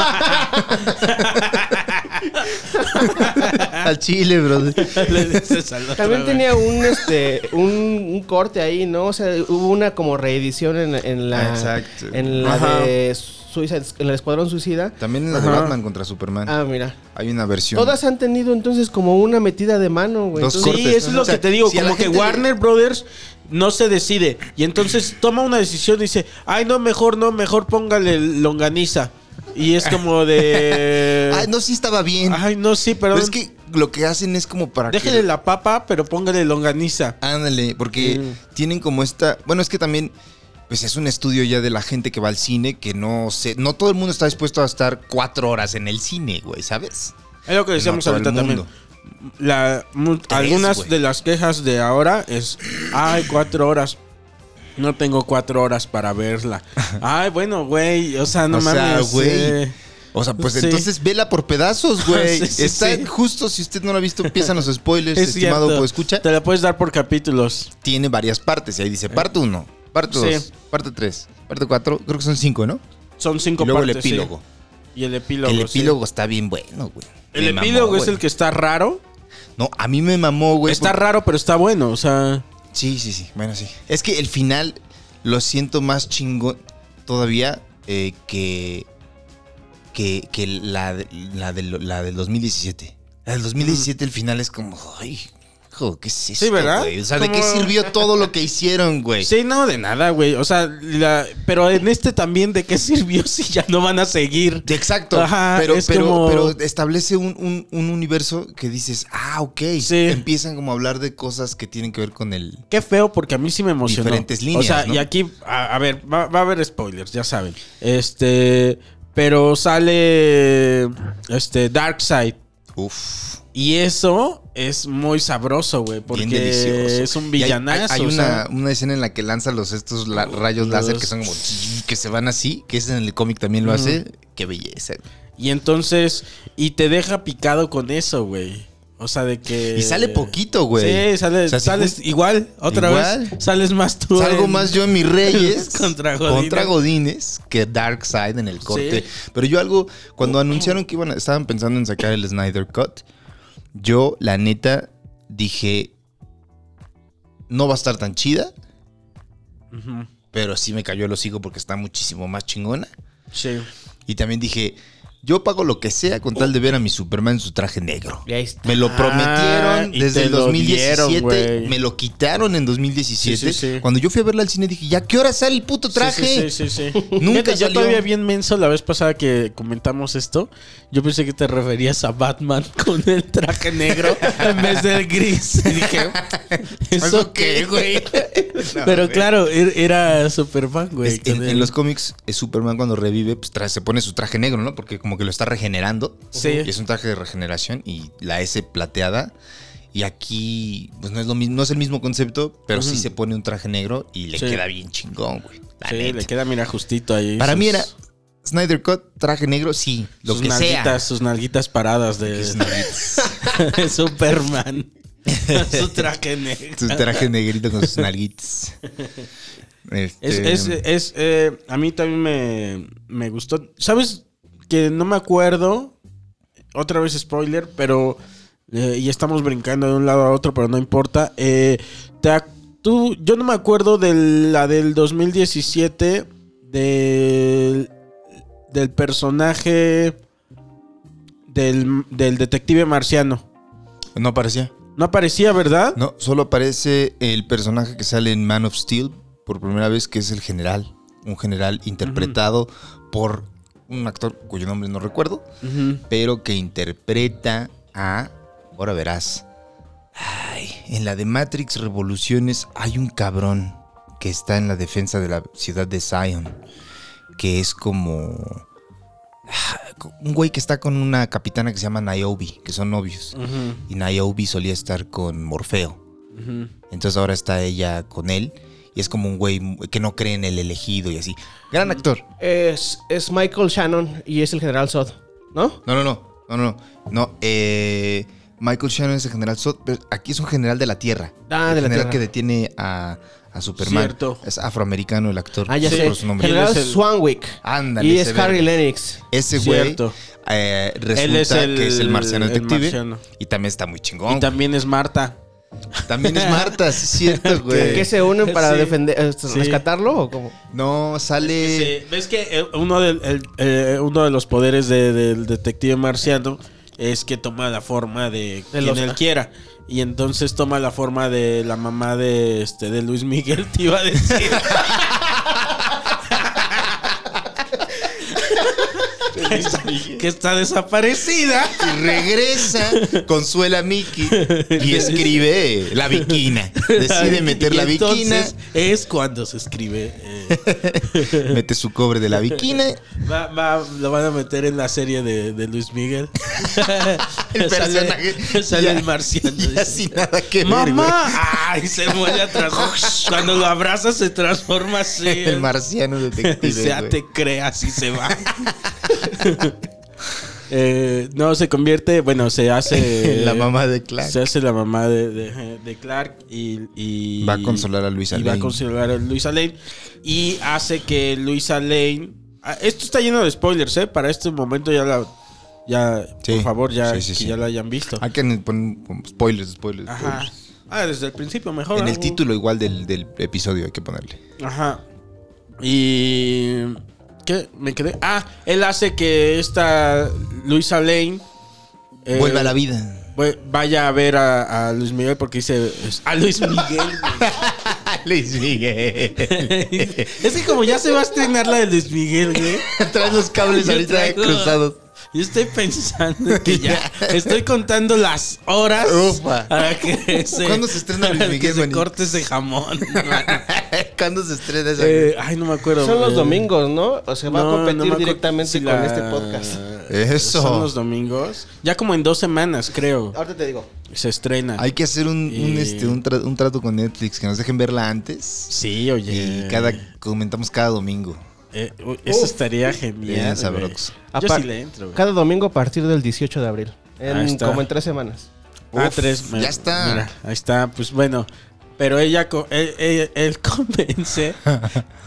[SPEAKER 7] Al chile, bro.
[SPEAKER 6] Le dices al otro,
[SPEAKER 8] También
[SPEAKER 6] güey.
[SPEAKER 8] tenía un, este, un, un corte ahí, ¿no? O sea, hubo una como reedición en, en la.
[SPEAKER 7] Exacto.
[SPEAKER 8] En la
[SPEAKER 6] Ajá.
[SPEAKER 8] de Suicide- en el Escuadrón Suicida.
[SPEAKER 7] También en la de
[SPEAKER 6] Ajá.
[SPEAKER 7] Batman contra Superman.
[SPEAKER 8] Ah, mira.
[SPEAKER 7] Hay una versión.
[SPEAKER 8] Todas han tenido entonces como una metida de mano, güey.
[SPEAKER 7] Dos
[SPEAKER 8] Entonces-
[SPEAKER 7] cortes.
[SPEAKER 6] Sí, eso es lo
[SPEAKER 7] O sea,
[SPEAKER 6] que te digo,
[SPEAKER 7] si a la
[SPEAKER 6] como que
[SPEAKER 7] gente le-
[SPEAKER 6] Warner Brothers no se decide y entonces toma una decisión y dice, ay no, mejor no, mejor póngale longaniza. Y es como de...
[SPEAKER 7] Ah, no, sí estaba bien.
[SPEAKER 6] Ay, no, sí,
[SPEAKER 7] pero
[SPEAKER 6] perdón.
[SPEAKER 7] es que lo que hacen es como para que-
[SPEAKER 6] Déjele la papa, pero póngale longaniza.
[SPEAKER 7] Ándale, porque tienen como esta. Bueno, es que también. Pues es un estudio ya de la gente que va al cine que no sé. No todo el mundo está dispuesto a estar cuatro horas en el cine, güey, ¿sabes?
[SPEAKER 6] Es lo que decíamos
[SPEAKER 7] No, todo
[SPEAKER 6] ahorita
[SPEAKER 7] el
[SPEAKER 6] también.
[SPEAKER 7] mundo.
[SPEAKER 6] La, mu-
[SPEAKER 7] Tres,
[SPEAKER 6] algunas
[SPEAKER 7] güey.
[SPEAKER 6] de las quejas de ahora es, ay, cuatro horas. No tengo cuatro horas para verla. Ay, bueno, güey, o sea, no
[SPEAKER 7] O sea,
[SPEAKER 6] mames.
[SPEAKER 7] güey.
[SPEAKER 6] eh.
[SPEAKER 7] O sea, pues
[SPEAKER 6] Sí.
[SPEAKER 7] entonces vela por pedazos, güey.
[SPEAKER 6] Sí, sí,
[SPEAKER 7] está
[SPEAKER 6] sí.
[SPEAKER 7] justo, si usted no lo ha visto, empiezan los spoilers,
[SPEAKER 6] Es
[SPEAKER 7] estimado,
[SPEAKER 6] cierto.
[SPEAKER 7] pues escucha.
[SPEAKER 6] Te la puedes dar por capítulos.
[SPEAKER 7] Tiene varias partes y ahí dice parte uno, parte
[SPEAKER 6] Sí.
[SPEAKER 7] dos, parte tres, parte cuatro, creo que son cinco, ¿no?
[SPEAKER 6] Son
[SPEAKER 7] Y
[SPEAKER 6] cinco
[SPEAKER 7] luego el
[SPEAKER 6] partes, sí.
[SPEAKER 7] epílogo.
[SPEAKER 6] Y el epílogo.
[SPEAKER 7] el
[SPEAKER 6] sí.
[SPEAKER 7] epílogo está bien bueno, güey.
[SPEAKER 6] El
[SPEAKER 7] Me mamó,
[SPEAKER 6] epílogo es
[SPEAKER 7] güey.
[SPEAKER 6] el que está raro.
[SPEAKER 7] No, a mí me mamó, güey.
[SPEAKER 6] está
[SPEAKER 7] porque-
[SPEAKER 6] raro, pero está bueno. O sea,
[SPEAKER 7] Sí, sí, sí. Bueno, sí. Es que el final lo siento más chingón todavía eh, que, que, que la, de- la, del- la del 2017. La del 2017, el final es como, ay, hijo, ¿qué es esto,
[SPEAKER 6] ¿verdad?
[SPEAKER 7] güey? O sea, ¿de
[SPEAKER 6] Como-
[SPEAKER 7] qué sirvió todo lo que hicieron, güey?
[SPEAKER 6] sí, no, de nada, güey. O sea, la- pero en este también, ¿de qué sirvió si ya no van a seguir?
[SPEAKER 7] De- Exacto.
[SPEAKER 6] Ajá,
[SPEAKER 7] pero,
[SPEAKER 6] es
[SPEAKER 7] pero,
[SPEAKER 6] como-
[SPEAKER 7] pero establece un, un- un universo que dices, ah, ok.
[SPEAKER 6] Sí.
[SPEAKER 7] Empiezan como a hablar de cosas que tienen que ver con el.
[SPEAKER 6] Qué feo porque a mí sí me emocionó.
[SPEAKER 7] Diferentes líneas,
[SPEAKER 6] O sea,
[SPEAKER 7] ¿no?
[SPEAKER 6] y aquí, a, a ver, va, va a haber spoilers, ya saben. Este, pero sale este Darkseid.
[SPEAKER 7] Uf.
[SPEAKER 6] Y eso es muy sabroso, güey, porque
[SPEAKER 7] Bien delicioso.
[SPEAKER 6] es un
[SPEAKER 7] Y hay-
[SPEAKER 6] villanazo.
[SPEAKER 7] Hay, hay
[SPEAKER 6] o
[SPEAKER 7] una,
[SPEAKER 6] sea.
[SPEAKER 7] una escena en la que lanza los estos la- rayos
[SPEAKER 6] Los-
[SPEAKER 7] láser que son como tss, que se van así, que es en el cómic también lo hace. Qué belleza.
[SPEAKER 6] Y entonces, y te deja picado con eso, güey. O sea, de que...
[SPEAKER 7] Y sale poquito, güey.
[SPEAKER 6] Eh, Sí, sale,
[SPEAKER 7] O sea, si
[SPEAKER 6] sales
[SPEAKER 7] fue-
[SPEAKER 6] igual, otra
[SPEAKER 7] Igual.
[SPEAKER 6] vez. Sales más tú.
[SPEAKER 7] Salgo
[SPEAKER 6] en-
[SPEAKER 7] más yo en mis reyes
[SPEAKER 6] Contra Godínez.
[SPEAKER 7] contra Godínez que Darkseid en el corte. Pero yo algo, cuando anunciaron que iban, a- estaban pensando en sacar el Snyder Cut, yo la neta dije, no va a estar tan chida,
[SPEAKER 6] Ujú,
[SPEAKER 7] pero sí me cayó el hocico porque está muchísimo más chingona.
[SPEAKER 6] Sí.
[SPEAKER 7] Y también dije, yo pago lo que sea con tal de ver a mi Superman en su traje negro.
[SPEAKER 8] Y ahí está.
[SPEAKER 7] Me lo prometieron
[SPEAKER 6] Ah, y
[SPEAKER 7] desde
[SPEAKER 6] te
[SPEAKER 7] el
[SPEAKER 6] lo
[SPEAKER 7] 2017,
[SPEAKER 6] dieron, güey.
[SPEAKER 7] me lo quitaron en 2017.
[SPEAKER 6] Sí, sí, sí.
[SPEAKER 7] Cuando yo fui a verla al cine dije, ¿ya qué hora sale el puto traje?
[SPEAKER 6] Sí, sí, sí. sí.
[SPEAKER 7] Nunca
[SPEAKER 6] Fíjate, yo
[SPEAKER 7] salió.
[SPEAKER 6] todavía bien menso la vez pasada que comentamos esto. Yo pensé que te referías a Batman con el traje negro en vez del gris. Y dije, ¿eso
[SPEAKER 7] ¿Eso
[SPEAKER 6] qué,
[SPEAKER 7] qué?
[SPEAKER 6] güey?
[SPEAKER 7] No,
[SPEAKER 6] Pero
[SPEAKER 7] güey.
[SPEAKER 6] claro, er- era Superman, güey.
[SPEAKER 7] Es- en,
[SPEAKER 6] con
[SPEAKER 7] en
[SPEAKER 6] el-
[SPEAKER 7] los cómics, eh, Superman cuando revive, pues tra- se pone su traje negro, ¿no? Porque como que lo está regenerando.
[SPEAKER 6] Sí.
[SPEAKER 7] Y es un traje de regeneración y la S plateada. Y aquí, pues no es, lo mismo, no es el mismo concepto, pero sí se pone un traje negro y le
[SPEAKER 6] Sí.
[SPEAKER 7] queda bien chingón, güey. La
[SPEAKER 6] Sí,
[SPEAKER 7] neta.
[SPEAKER 6] le queda, mira, justito ahí.
[SPEAKER 7] Para
[SPEAKER 6] sus-
[SPEAKER 7] mí era Snyder Cut, traje negro, sí, lo
[SPEAKER 6] sus
[SPEAKER 7] que
[SPEAKER 6] nalguitas, eh.
[SPEAKER 7] sea.
[SPEAKER 6] Sus nalguitas paradas
[SPEAKER 7] Sus
[SPEAKER 6] de
[SPEAKER 7] nalguitas.
[SPEAKER 6] Superman. su traje negro.
[SPEAKER 7] Su traje negrito con sus nalguitas.
[SPEAKER 6] Es,
[SPEAKER 7] Este,
[SPEAKER 6] es, es, eh, a mí también me, me gustó. ¿Sabes que no me acuerdo? Otra vez spoiler, pero... eh, y estamos brincando de un lado a otro, pero no importa. Eh, te ac- tú, yo no me acuerdo de la del 2017 del, del personaje del, del detective marciano.
[SPEAKER 7] No aparecía.
[SPEAKER 6] No aparecía, ¿verdad?
[SPEAKER 7] No, solo aparece el personaje que sale en Man of Steel por primera vez, que es el general. Un general interpretado por un actor cuyo nombre no recuerdo,
[SPEAKER 6] Ujú.
[SPEAKER 7] pero que interpreta a. Ahora verás. Ay, en la de Matrix Revoluciones hay un cabrón que está en la defensa de la ciudad de Zion, que es como. ah, Un güey que está con una capitana que se llama Niobe, que son novios.
[SPEAKER 6] Ujú,
[SPEAKER 7] Y Niobe solía estar con Morfeo.
[SPEAKER 6] ujú.
[SPEAKER 7] Entonces ahora está ella con él. Y es como un güey mu- que no cree en el elegido y así. Gran actor.
[SPEAKER 8] Es, es Michael Shannon y es el general Zod, ¿no?
[SPEAKER 7] No, no, no. No, no, no. No, eh, Michael Shannon es el general Zod. pero aquí es un general de la Tierra.
[SPEAKER 8] Ah,
[SPEAKER 7] El
[SPEAKER 8] de la
[SPEAKER 7] general
[SPEAKER 8] Tierra.
[SPEAKER 7] que detiene a, a a Superman.
[SPEAKER 6] Cierto.
[SPEAKER 7] Es afroamericano el actor.
[SPEAKER 8] Ah, ya
[SPEAKER 7] no
[SPEAKER 6] Sí.
[SPEAKER 7] sé
[SPEAKER 8] sé.
[SPEAKER 7] por su nombre.
[SPEAKER 6] General-
[SPEAKER 8] General
[SPEAKER 6] ¿Quién es el-
[SPEAKER 8] Swanwick.
[SPEAKER 7] Ándale,
[SPEAKER 8] Y
[SPEAKER 7] ese
[SPEAKER 8] es Harry
[SPEAKER 7] verga.
[SPEAKER 8] Lennox.
[SPEAKER 7] Ese güey
[SPEAKER 6] Cierto.
[SPEAKER 7] eh, resulta
[SPEAKER 6] Él es el-
[SPEAKER 7] que es el marciano
[SPEAKER 6] el
[SPEAKER 7] detective.
[SPEAKER 6] marciano.
[SPEAKER 7] Y también está muy chingón.
[SPEAKER 6] Y también es Marta.
[SPEAKER 7] También es Marta, sí es cierto,
[SPEAKER 8] ¿Por
[SPEAKER 7] güey.
[SPEAKER 8] qué se unen para
[SPEAKER 6] Sí.
[SPEAKER 8] defender, eh, rescatarlo o cómo?
[SPEAKER 7] No, sale...
[SPEAKER 6] Sí, ves que eh, uno, del- el- eh, uno de los poderes de- del detective marciano es que toma la forma de,
[SPEAKER 8] De
[SPEAKER 6] quien
[SPEAKER 8] los-
[SPEAKER 6] él quiera. Y entonces toma la forma de la mamá de este de Luis Miguel, te iba a decir. que está desaparecida.
[SPEAKER 7] Y regresa, consuela a Mickey y escribe la viquina. Decide meter
[SPEAKER 6] Y
[SPEAKER 7] la viquina,
[SPEAKER 6] entonces Es cuando se escribe. eh,
[SPEAKER 7] mete su cobre de la viquina.
[SPEAKER 6] va- va- lo van a meter en la serie de, de Luis Miguel. Sale-
[SPEAKER 7] El personaje.
[SPEAKER 6] Sale, el marciano.
[SPEAKER 7] Ya
[SPEAKER 6] dice.
[SPEAKER 7] sin nada que ver, güey.
[SPEAKER 6] ¡Mamá! ¡Ay! Se muere atrás. Cuando lo abraza se transforma así. ¿eh?
[SPEAKER 7] El marciano
[SPEAKER 6] Y
[SPEAKER 7] detective.
[SPEAKER 6] sea,
[SPEAKER 7] güey.
[SPEAKER 6] te creas y se va. Eh, no, se convierte, bueno, se hace...
[SPEAKER 7] La mamá de Clark.
[SPEAKER 6] Se hace la mamá de, de- de Clark y, y-
[SPEAKER 7] Va a consolar a Luisa
[SPEAKER 6] Y va a
[SPEAKER 7] Lane.
[SPEAKER 6] consolar a Luisa Lane. Y hace que Luisa Lane... ah, Esto está lleno de spoilers, ¿eh? Para este momento ya la... Ya,
[SPEAKER 7] Sí,
[SPEAKER 6] por favor, ya,
[SPEAKER 7] sí, sí,
[SPEAKER 6] que
[SPEAKER 7] sí. Ah,
[SPEAKER 6] ya la hayan visto.
[SPEAKER 7] Hay que poner spoilers, spoilers.
[SPEAKER 6] Ajá.
[SPEAKER 7] spoilers.
[SPEAKER 6] Ah, desde el principio mejor.
[SPEAKER 7] En el
[SPEAKER 6] ah.
[SPEAKER 7] título igual del, del episodio hay que ponerle.
[SPEAKER 6] Ajá. Y. ¿Qué? Me quedé. Ah, él hace que esta Luisa Lane. eh,
[SPEAKER 7] Vuelve a la vida.
[SPEAKER 6] vue- Vaya a ver a, a Luis Miguel porque dice. es- A Luis Miguel.
[SPEAKER 7] Luis Miguel.
[SPEAKER 6] güey. es que como ya se va a estrenar la de Luis Miguel, güey.
[SPEAKER 7] Traes los cables
[SPEAKER 6] yo
[SPEAKER 7] ahorita
[SPEAKER 6] traigo-
[SPEAKER 7] cruzados.
[SPEAKER 6] Yo estoy pensando que ya estoy contando las horas
[SPEAKER 7] Ufa.
[SPEAKER 6] para que se,
[SPEAKER 7] ¿Cuándo se estrena Luis
[SPEAKER 6] para
[SPEAKER 7] Miguel,
[SPEAKER 6] que se
[SPEAKER 7] maní?
[SPEAKER 6] corte ese jamón. mano.
[SPEAKER 7] ¿Cuándo se estrena esa?
[SPEAKER 6] Eh, ay, no me acuerdo.
[SPEAKER 8] Son los
[SPEAKER 6] eh.
[SPEAKER 8] domingos, ¿no? O sea, va
[SPEAKER 6] No,
[SPEAKER 8] a
[SPEAKER 6] no me
[SPEAKER 8] competir
[SPEAKER 6] acuerdo
[SPEAKER 8] directamente
[SPEAKER 6] si
[SPEAKER 8] con
[SPEAKER 6] la-
[SPEAKER 8] este podcast.
[SPEAKER 7] Eso.
[SPEAKER 6] Son los domingos. Ya como en dos semanas, creo.
[SPEAKER 8] Ahorita te digo.
[SPEAKER 6] Se estrena.
[SPEAKER 7] Hay que hacer un, un,
[SPEAKER 6] Y-
[SPEAKER 7] este, un, tra- un trato con Netflix, que nos dejen verla antes.
[SPEAKER 6] Sí, oye.
[SPEAKER 7] Y cada comentamos cada domingo.
[SPEAKER 6] Eh, uy, eso estaría
[SPEAKER 7] Bien
[SPEAKER 6] genial. güey.
[SPEAKER 7] sabroso.
[SPEAKER 6] Yo
[SPEAKER 8] Apar-
[SPEAKER 6] sí le entro, güey.
[SPEAKER 8] Cada domingo a partir del 18 de abril. En-
[SPEAKER 6] Ahí está.
[SPEAKER 8] como en tres semanas.
[SPEAKER 6] Ah,
[SPEAKER 7] Uf,
[SPEAKER 6] tres. me-
[SPEAKER 7] ya está.
[SPEAKER 6] mira, ahí está. Pues bueno. Pero ella, co- él, él- él convence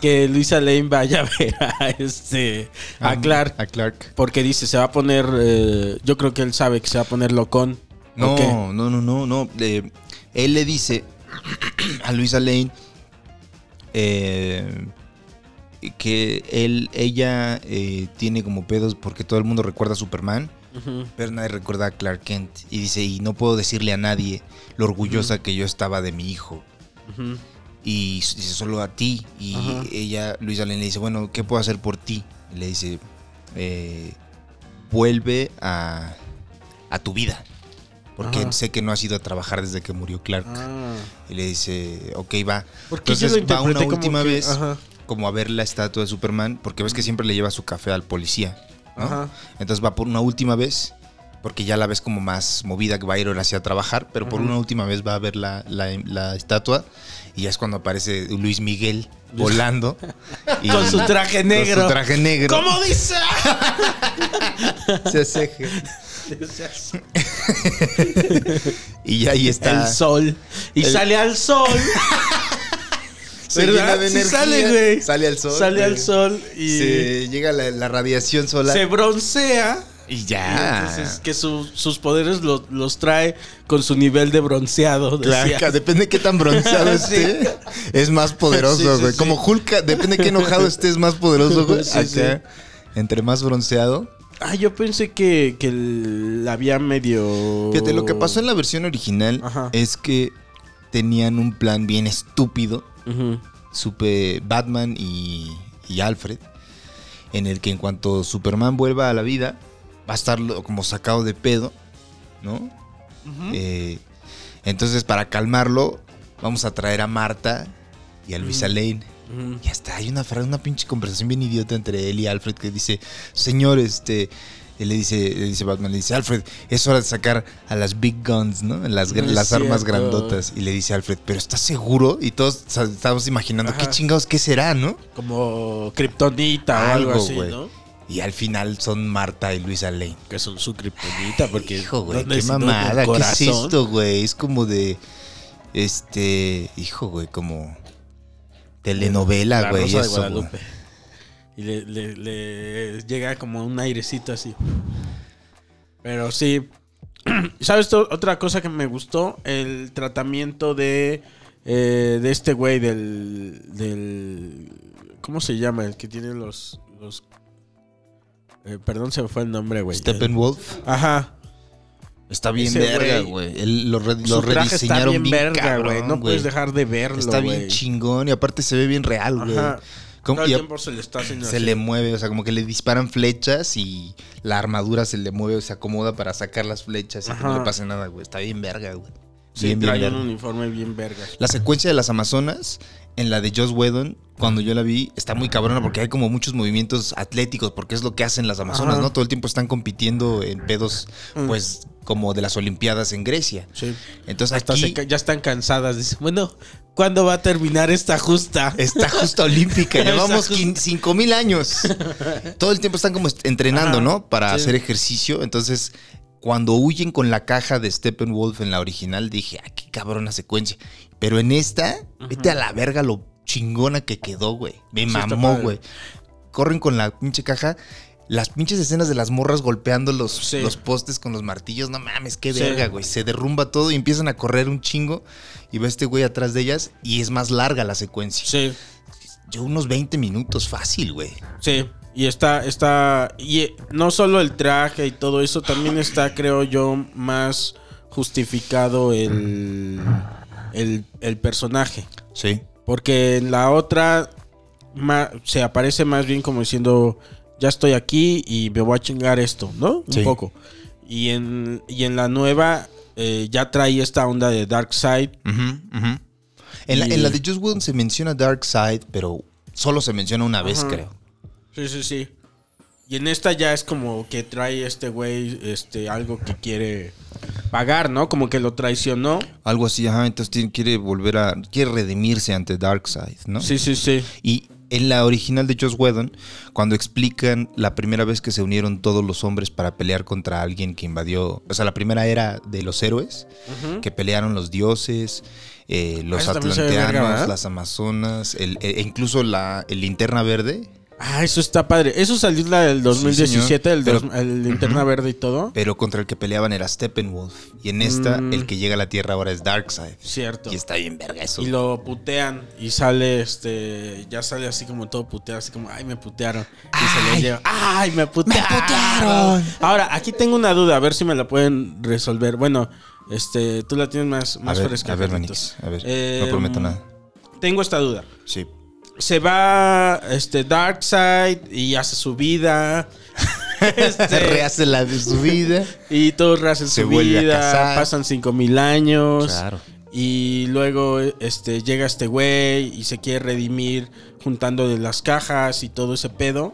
[SPEAKER 6] que Luisa Lane vaya a ver a este. A
[SPEAKER 7] Ah,
[SPEAKER 6] Clark.
[SPEAKER 7] A Clark.
[SPEAKER 6] Porque dice, se va a poner. eh, yo creo que él sabe que se va a poner locón. ¿O
[SPEAKER 7] No,
[SPEAKER 6] qué?
[SPEAKER 7] no, no, no, no. Eh, él le dice a Luisa Lane eh, que él, ella eh, tiene como pedos porque todo el mundo recuerda a Superman,
[SPEAKER 6] Ujú.
[SPEAKER 7] pero nadie recuerda a Clark Kent. Y dice, y no puedo decirle a nadie lo orgullosa que yo estaba de mi hijo.
[SPEAKER 6] Ujú.
[SPEAKER 7] y s- dice solo a ti. Y
[SPEAKER 6] Ajá.
[SPEAKER 7] ella, Luisa Lane, le dice, bueno, ¿qué puedo hacer por ti? Y le dice, eh, vuelve a, a tu vida. Porque
[SPEAKER 6] Ajá.
[SPEAKER 7] sé que no has ido a trabajar desde que murió Clark.
[SPEAKER 6] Ah.
[SPEAKER 7] Y le dice, ok, va.
[SPEAKER 6] Porque yo lo
[SPEAKER 7] Entonces va una
[SPEAKER 6] interpreté como
[SPEAKER 7] última
[SPEAKER 6] que-
[SPEAKER 7] vez
[SPEAKER 6] ajá.
[SPEAKER 7] como a ver la estatua de Superman. Porque ves que siempre le lleva su café al policía. ¿no?
[SPEAKER 6] Ajá.
[SPEAKER 7] Entonces va por una última vez. Porque ya la ves como más movida que va a ir ahora sí a trabajar. Pero por una última vez va a ver la, la- la estatua. Y ya es cuando aparece Luis Miguel volando. y-
[SPEAKER 6] Con su traje
[SPEAKER 7] Con
[SPEAKER 6] negro.
[SPEAKER 7] su traje negro.
[SPEAKER 6] ¿Cómo dice?
[SPEAKER 7] Se hace- Y ya ahí está.
[SPEAKER 6] El sol. Y
[SPEAKER 7] El-
[SPEAKER 6] sale al sol.
[SPEAKER 7] Se
[SPEAKER 6] ¿Verdad?
[SPEAKER 7] llena de
[SPEAKER 6] Sí
[SPEAKER 7] energía,
[SPEAKER 6] sale, güey.
[SPEAKER 7] Sale al sol.
[SPEAKER 6] Sale al
[SPEAKER 7] güey.
[SPEAKER 6] sol y
[SPEAKER 7] Se llega la, la radiación solar.
[SPEAKER 6] se broncea.
[SPEAKER 7] Y
[SPEAKER 6] Y
[SPEAKER 7] ya.
[SPEAKER 6] entonces que su- sus poderes lo- los trae con su nivel de bronceado.
[SPEAKER 7] Claro,
[SPEAKER 6] decía.
[SPEAKER 7] depende de qué tan bronceado
[SPEAKER 6] Sí.
[SPEAKER 7] esté, es más
[SPEAKER 6] Sí,
[SPEAKER 7] poderoso,
[SPEAKER 6] sí,
[SPEAKER 7] güey.
[SPEAKER 6] sí.
[SPEAKER 7] Como Hulk, depende de qué enojado esté, es más poderoso, güey.
[SPEAKER 6] Sí, sí.
[SPEAKER 7] Acá, Entre más bronceado.
[SPEAKER 6] Ah, yo pensé que, que la había medio.
[SPEAKER 7] Fíjate, lo que pasó en la versión original
[SPEAKER 6] Ajá.
[SPEAKER 7] es que tenían un plan bien estúpido,
[SPEAKER 6] Ujú.
[SPEAKER 7] supe Batman y, y Alfred, en el que en cuanto Superman vuelva a la vida, va a estar lo- como sacado de pedo, ¿no? Eh, entonces, para calmarlo, vamos a traer a Marta y a Luisa Lane.
[SPEAKER 6] Ujú.
[SPEAKER 7] Y hasta hay una frase, una pinche conversación bien idiota entre él y Alfred que dice, señor, este... Él le dice, le dice Batman, le dice, Alfred, es hora de sacar a las big guns, ¿no? Las, gr-
[SPEAKER 6] No es
[SPEAKER 7] las armas
[SPEAKER 6] cierto.
[SPEAKER 7] grandotas. Y le dice Alfred, pero ¿estás seguro? Y todos sa- estábamos imaginando, ¿qué
[SPEAKER 6] Ajá.
[SPEAKER 7] chingados qué será, no?
[SPEAKER 6] Como Kryptonita o algo, así,
[SPEAKER 7] güey.
[SPEAKER 6] ¿no?
[SPEAKER 7] Y al final son Marta y Luisa Lane.
[SPEAKER 6] Que son su Kryptonita porque.
[SPEAKER 7] Hijo, güey,
[SPEAKER 6] ¿dónde
[SPEAKER 7] qué
[SPEAKER 6] si no en el
[SPEAKER 7] mamada, ¿qué es
[SPEAKER 6] corazón?
[SPEAKER 7] esto, güey? Es como de, este, hijo, güey, como... Telenovela,
[SPEAKER 6] La
[SPEAKER 7] Ah, güey.
[SPEAKER 6] Rosa de
[SPEAKER 7] eso, güey.
[SPEAKER 6] Guadalupe. Y le, le- le llega como un airecito así. Pero sí. ¿Sabes to- otra cosa que me gustó? El tratamiento de, eh, de este güey del, del... ¿Cómo se llama? El que tiene los... los eh, perdón, se me fue el nombre, güey.
[SPEAKER 7] Este Steppenwolf.
[SPEAKER 6] Ajá.
[SPEAKER 7] Está bien
[SPEAKER 6] Ese
[SPEAKER 7] verga,
[SPEAKER 6] güey.
[SPEAKER 7] güey. Él Lo, re- lo
[SPEAKER 6] Su traje está
[SPEAKER 7] rediseñaron
[SPEAKER 6] bien,
[SPEAKER 7] bien,
[SPEAKER 6] verga,
[SPEAKER 7] cabrón,
[SPEAKER 6] güey. No puedes dejar de verlo,
[SPEAKER 7] Está bien
[SPEAKER 6] güey.
[SPEAKER 7] chingón y aparte se ve bien real, güey.
[SPEAKER 6] Ajá.
[SPEAKER 7] Como-
[SPEAKER 6] Todo el
[SPEAKER 7] y a-
[SPEAKER 6] tiempo se le está haciendo
[SPEAKER 7] se
[SPEAKER 6] así.
[SPEAKER 7] le mueve, o sea, como que le disparan flechas y la armadura se le mueve, se acomoda para sacar las flechas y que no
[SPEAKER 6] Ajá.
[SPEAKER 7] le pase nada, güey. Está bien verga, güey.
[SPEAKER 6] Sí,
[SPEAKER 7] bien, bien
[SPEAKER 6] trae un
[SPEAKER 7] verga.
[SPEAKER 6] uniforme bien verga.
[SPEAKER 7] La secuencia de las Amazonas, en la de Joss Whedon, cuando yo la vi, está muy cabrona porque hay como muchos movimientos atléticos, porque es lo que hacen las Amazonas,
[SPEAKER 6] Ajá. Mm.
[SPEAKER 7] ¿no? Todo el tiempo están compitiendo en pedos, pues, como de las Olimpiadas en Grecia.
[SPEAKER 6] Sí.
[SPEAKER 7] Entonces
[SPEAKER 6] Hasta
[SPEAKER 7] aquí
[SPEAKER 6] se ca- ya están cansadas. Dicen, bueno, ¿cuándo va a terminar esta justa?
[SPEAKER 7] está justa olímpica,
[SPEAKER 6] Está
[SPEAKER 7] llevamos
[SPEAKER 6] justa.
[SPEAKER 7] 5 mil años. Todo el tiempo están como est- entrenando,
[SPEAKER 6] Ajá,
[SPEAKER 7] ¿no? Para
[SPEAKER 6] sí.
[SPEAKER 7] hacer ejercicio. Entonces, cuando huyen con la caja de Steppenwolf en la original, dije, ah, qué cabrona secuencia. Pero en esta, vete a la verga lo chingona que quedó, güey. Me
[SPEAKER 6] está
[SPEAKER 7] mamó,
[SPEAKER 6] padre.
[SPEAKER 7] güey. Corren con la pinche caja. Las pinches escenas de las morras golpeando los,
[SPEAKER 6] Sí.
[SPEAKER 7] los postes con los martillos, no mames, qué
[SPEAKER 6] Sí.
[SPEAKER 7] verga, güey. Se derrumba todo y empiezan a correr un chingo y va este güey atrás de ellas y es más larga la secuencia.
[SPEAKER 6] Sí,
[SPEAKER 7] Yo unos 20 minutos fácil, güey.
[SPEAKER 6] sí. Y está, está. Y eh, no solo el traje y todo eso, también está, creo yo, más justificado el, el, el personaje.
[SPEAKER 7] Sí.
[SPEAKER 6] Porque en la otra ma- se aparece más bien como diciendo, ya estoy aquí y me voy a chingar esto, ¿no?
[SPEAKER 7] Sí.
[SPEAKER 6] Un poco. Y en, y en la nueva eh, ya trae esta onda de Dark Side.
[SPEAKER 7] en, la,
[SPEAKER 6] Y-
[SPEAKER 7] en la de Just Whedon se menciona Dark Side, pero solo se menciona una vez,
[SPEAKER 6] Ajá.
[SPEAKER 7] creo.
[SPEAKER 6] Sí, sí, sí. Y en esta ya es como que trae este güey este, algo que quiere pagar, ¿no? Como que lo traicionó.
[SPEAKER 7] Algo así, ajá. Entonces tiene- quiere volver a. Quiere redimirse ante Dark Side, ¿no?
[SPEAKER 6] Sí, sí, sí.
[SPEAKER 7] Y en la original de Joss Whedon, cuando explican la primera vez que se unieron todos los hombres para pelear contra alguien que invadió, o sea, la primera era de los héroes, que pelearon los dioses, eh, los
[SPEAKER 6] Ah, Eso también se ve
[SPEAKER 7] atlanteanos,
[SPEAKER 6] verga, ¿eh? ¿verdad?
[SPEAKER 7] las amazonas, el- e e incluso la el linterna verde,
[SPEAKER 6] Ah, eso está padre. Eso salió la del 2017, el,
[SPEAKER 7] Pero-
[SPEAKER 6] dos- el Linterna Verde y todo.
[SPEAKER 7] pero contra el que peleaban era Steppenwolf. Y en esta,
[SPEAKER 6] Mm.
[SPEAKER 7] el que llega a la Tierra ahora es Darkseid.
[SPEAKER 6] Cierto.
[SPEAKER 7] Y está bien verga eso.
[SPEAKER 6] Y lo putean y sale este. Ya sale así como todo puteado, así como, ay, me putearon. Y se lo lleva. ¡Ay, me putearon! Ahora, aquí tengo una duda, a ver si me la pueden resolver. Bueno, este, tú la tienes más, más
[SPEAKER 7] a ver,
[SPEAKER 6] fresca.
[SPEAKER 7] a ver,
[SPEAKER 6] Carlitos.
[SPEAKER 7] Manix, a ver,
[SPEAKER 6] Eh,
[SPEAKER 7] no prometo nada.
[SPEAKER 6] Tengo esta duda.
[SPEAKER 7] Sí.
[SPEAKER 6] Se va este Darkseid y hace su vida. Este,
[SPEAKER 7] Se rehace la de su vida.
[SPEAKER 6] y todos rehacen
[SPEAKER 7] Se
[SPEAKER 6] su
[SPEAKER 7] vuelve a
[SPEAKER 6] vida,
[SPEAKER 7] casar.
[SPEAKER 6] pasan 5000 años.
[SPEAKER 7] Claro.
[SPEAKER 6] Y luego este, llega este güey y se quiere redimir juntando de las cajas y todo ese pedo.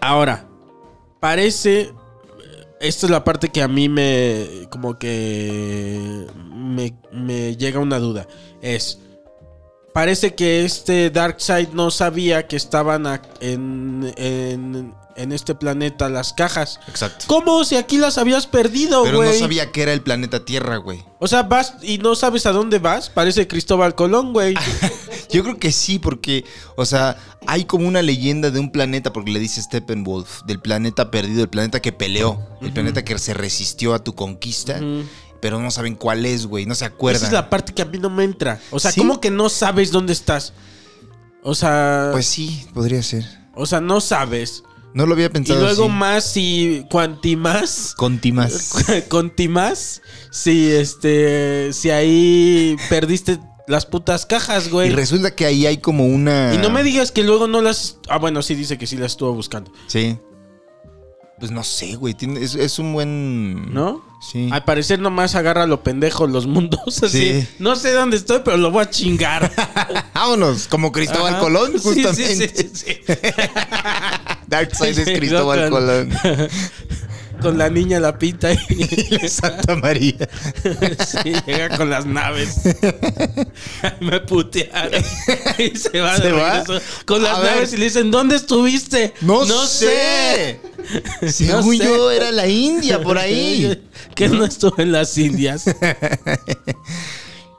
[SPEAKER 6] Ahora, parece. Esta es la parte que a mí me. Como que. Me, me llega una duda. Es. Parece que este Darkseid no sabía que estaban ac- en, en, en este planeta las cajas.
[SPEAKER 7] Exacto.
[SPEAKER 6] ¿Cómo? Si aquí las habías perdido, güey.
[SPEAKER 7] Pero no sabía que era el planeta Tierra, güey.
[SPEAKER 6] O sea, vas y no sabes a dónde vas. Parece Cristóbal Colón,
[SPEAKER 7] Ah,
[SPEAKER 6] güey.
[SPEAKER 7] Yo creo que sí, porque, o sea, hay como una leyenda de un planeta, porque le dice Steppenwolf, del planeta perdido, el planeta que peleó, el planeta que se resistió a tu conquista, pero no saben cuál es, güey, no se acuerdan.
[SPEAKER 6] Esa es la parte que a mí no me entra. O sea,
[SPEAKER 7] ¿Sí?
[SPEAKER 6] ¿cómo que no sabes dónde estás? O sea,
[SPEAKER 7] Pues sí, podría ser.
[SPEAKER 6] o sea, no sabes.
[SPEAKER 7] No lo había
[SPEAKER 6] Y
[SPEAKER 7] pensado.
[SPEAKER 6] luego
[SPEAKER 7] así.
[SPEAKER 6] más y cuanti más.
[SPEAKER 7] Conti más.
[SPEAKER 6] Conti más. Si este. Si ahí perdiste las putas cajas,
[SPEAKER 7] Y Ah.
[SPEAKER 6] güey.
[SPEAKER 7] resulta que ahí hay como una.
[SPEAKER 6] Y no me digas que luego no las. Ah, bueno, sí dice que sí las estuvo buscando.
[SPEAKER 7] Sí. Pues no sé, güey. tiene- Es, es un buen.
[SPEAKER 6] ¿No? Ah.
[SPEAKER 7] Sí.
[SPEAKER 6] Al parecer nomás agarra lo pendejo los mundos así.
[SPEAKER 7] Sí.
[SPEAKER 6] No sé dónde estoy, pero lo voy a chingar.
[SPEAKER 7] Vámonos, como Cristóbal
[SPEAKER 6] Ajá.
[SPEAKER 7] Colón,
[SPEAKER 6] Sí, sí,
[SPEAKER 7] justamente.
[SPEAKER 6] sí, sí, sí.
[SPEAKER 7] Darkseid es
[SPEAKER 6] Sí, no,
[SPEAKER 7] Cristóbal Colón.
[SPEAKER 6] Con la niña la pinta y
[SPEAKER 7] Y la Santa María.
[SPEAKER 6] sí, llega con las naves. Ay, Me putearon. Y se va, de
[SPEAKER 7] ¿Se va?
[SPEAKER 6] regreso Con las
[SPEAKER 7] A ver.
[SPEAKER 6] naves y le dicen, ¿dónde estuviste?
[SPEAKER 7] No, sé. Según
[SPEAKER 6] No sé.
[SPEAKER 7] yo, era la India por ahí.
[SPEAKER 6] Que no estuve en las Indias.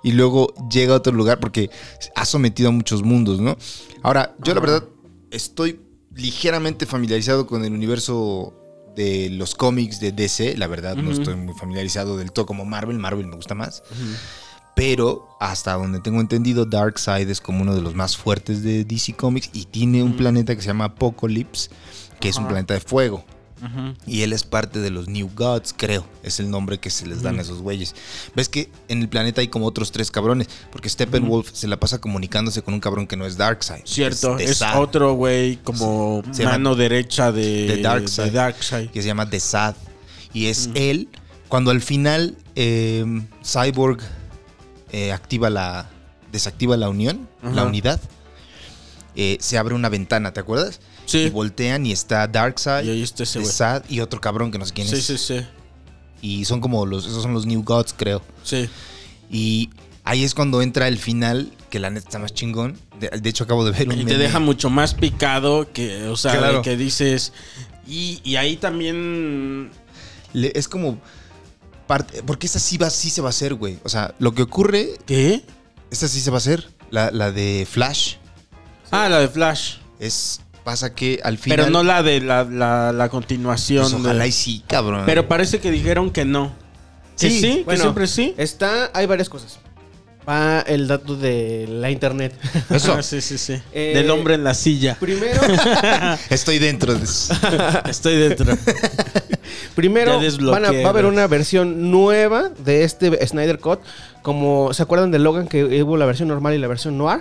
[SPEAKER 7] y luego llega a otro lugar porque ha sometido a muchos mundos, ¿no? Ahora, yo la verdad estoy ligeramente familiarizado con el universo de los cómics de DC, la verdad no estoy muy familiarizado del todo como Marvel, Marvel me gusta más. Pero hasta donde tengo entendido, Darkseid es como uno de los más fuertes de DC Comics y tiene un planeta que se llama Apocalypse, que es un planeta de fuego. Y él es parte de los New Gods, creo. Es el nombre que se les dan a esos güeyes. Ves que en el planeta hay como otros tres cabrones. Porque Steppenwolf se la pasa comunicándose con un cabrón que no es Darkseid.
[SPEAKER 6] Cierto,
[SPEAKER 7] de
[SPEAKER 6] es,
[SPEAKER 7] Este, Sad,
[SPEAKER 6] otro güey como
[SPEAKER 7] Se llama-
[SPEAKER 6] mano derecha de,
[SPEAKER 7] de Darkseid.
[SPEAKER 6] de Darkseid.
[SPEAKER 7] Que se llama The Sad. Y es él. Cuando al final eh, Cyborg eh, activa la. desactiva la unión, la
[SPEAKER 6] Ajá.
[SPEAKER 7] unidad. eh, se abre una ventana, ¿te acuerdas? Y
[SPEAKER 6] Sí,
[SPEAKER 7] voltean y está Darkseid,
[SPEAKER 6] y ahí está ese
[SPEAKER 7] The
[SPEAKER 6] güey.
[SPEAKER 7] Sad y otro cabrón que no sé quién
[SPEAKER 6] Sí,
[SPEAKER 7] es.
[SPEAKER 6] sí, sí.
[SPEAKER 7] Y son como los. Esos son los New Gods, creo.
[SPEAKER 6] Sí.
[SPEAKER 7] Y ahí es cuando entra el final, que la neta está más chingón. De, de hecho, acabo de ver un
[SPEAKER 6] Y te
[SPEAKER 7] meme.
[SPEAKER 6] deja mucho más picado que, o sea, de
[SPEAKER 7] Claro.
[SPEAKER 6] que dices. Y, y ahí también.
[SPEAKER 7] Le- es como parte. Porque esa sí, va, sí se va a hacer, güey. O sea, lo que ocurre,
[SPEAKER 6] ¿Qué?
[SPEAKER 7] esta sí se va a hacer. La, la de Flash
[SPEAKER 6] Ah, la de Flash.
[SPEAKER 7] es. Pasa que al final.
[SPEAKER 6] Pero no la de la, la, la continuación.
[SPEAKER 7] pues, ojalá
[SPEAKER 6] de-
[SPEAKER 7] y sí, cabrón.
[SPEAKER 6] Pero parece que dijeron que no. ¿Que
[SPEAKER 7] Sí,
[SPEAKER 6] sí? ¿Que siempre sí?
[SPEAKER 8] Está, hay varias cosas. Va el dato de la internet.
[SPEAKER 7] Eso. Pues,
[SPEAKER 6] Ah, sí, sí, sí.
[SPEAKER 8] Eh,
[SPEAKER 6] Del hombre en la silla.
[SPEAKER 8] Primero,
[SPEAKER 7] Estoy dentro de eso.
[SPEAKER 6] Estoy dentro.
[SPEAKER 8] primero
[SPEAKER 6] Ya desbloqueé,
[SPEAKER 8] van a- va a haber
[SPEAKER 6] güey.
[SPEAKER 8] una versión nueva de este Snyder Cut. Como se acuerdan de Logan que hubo la versión normal y la versión noir.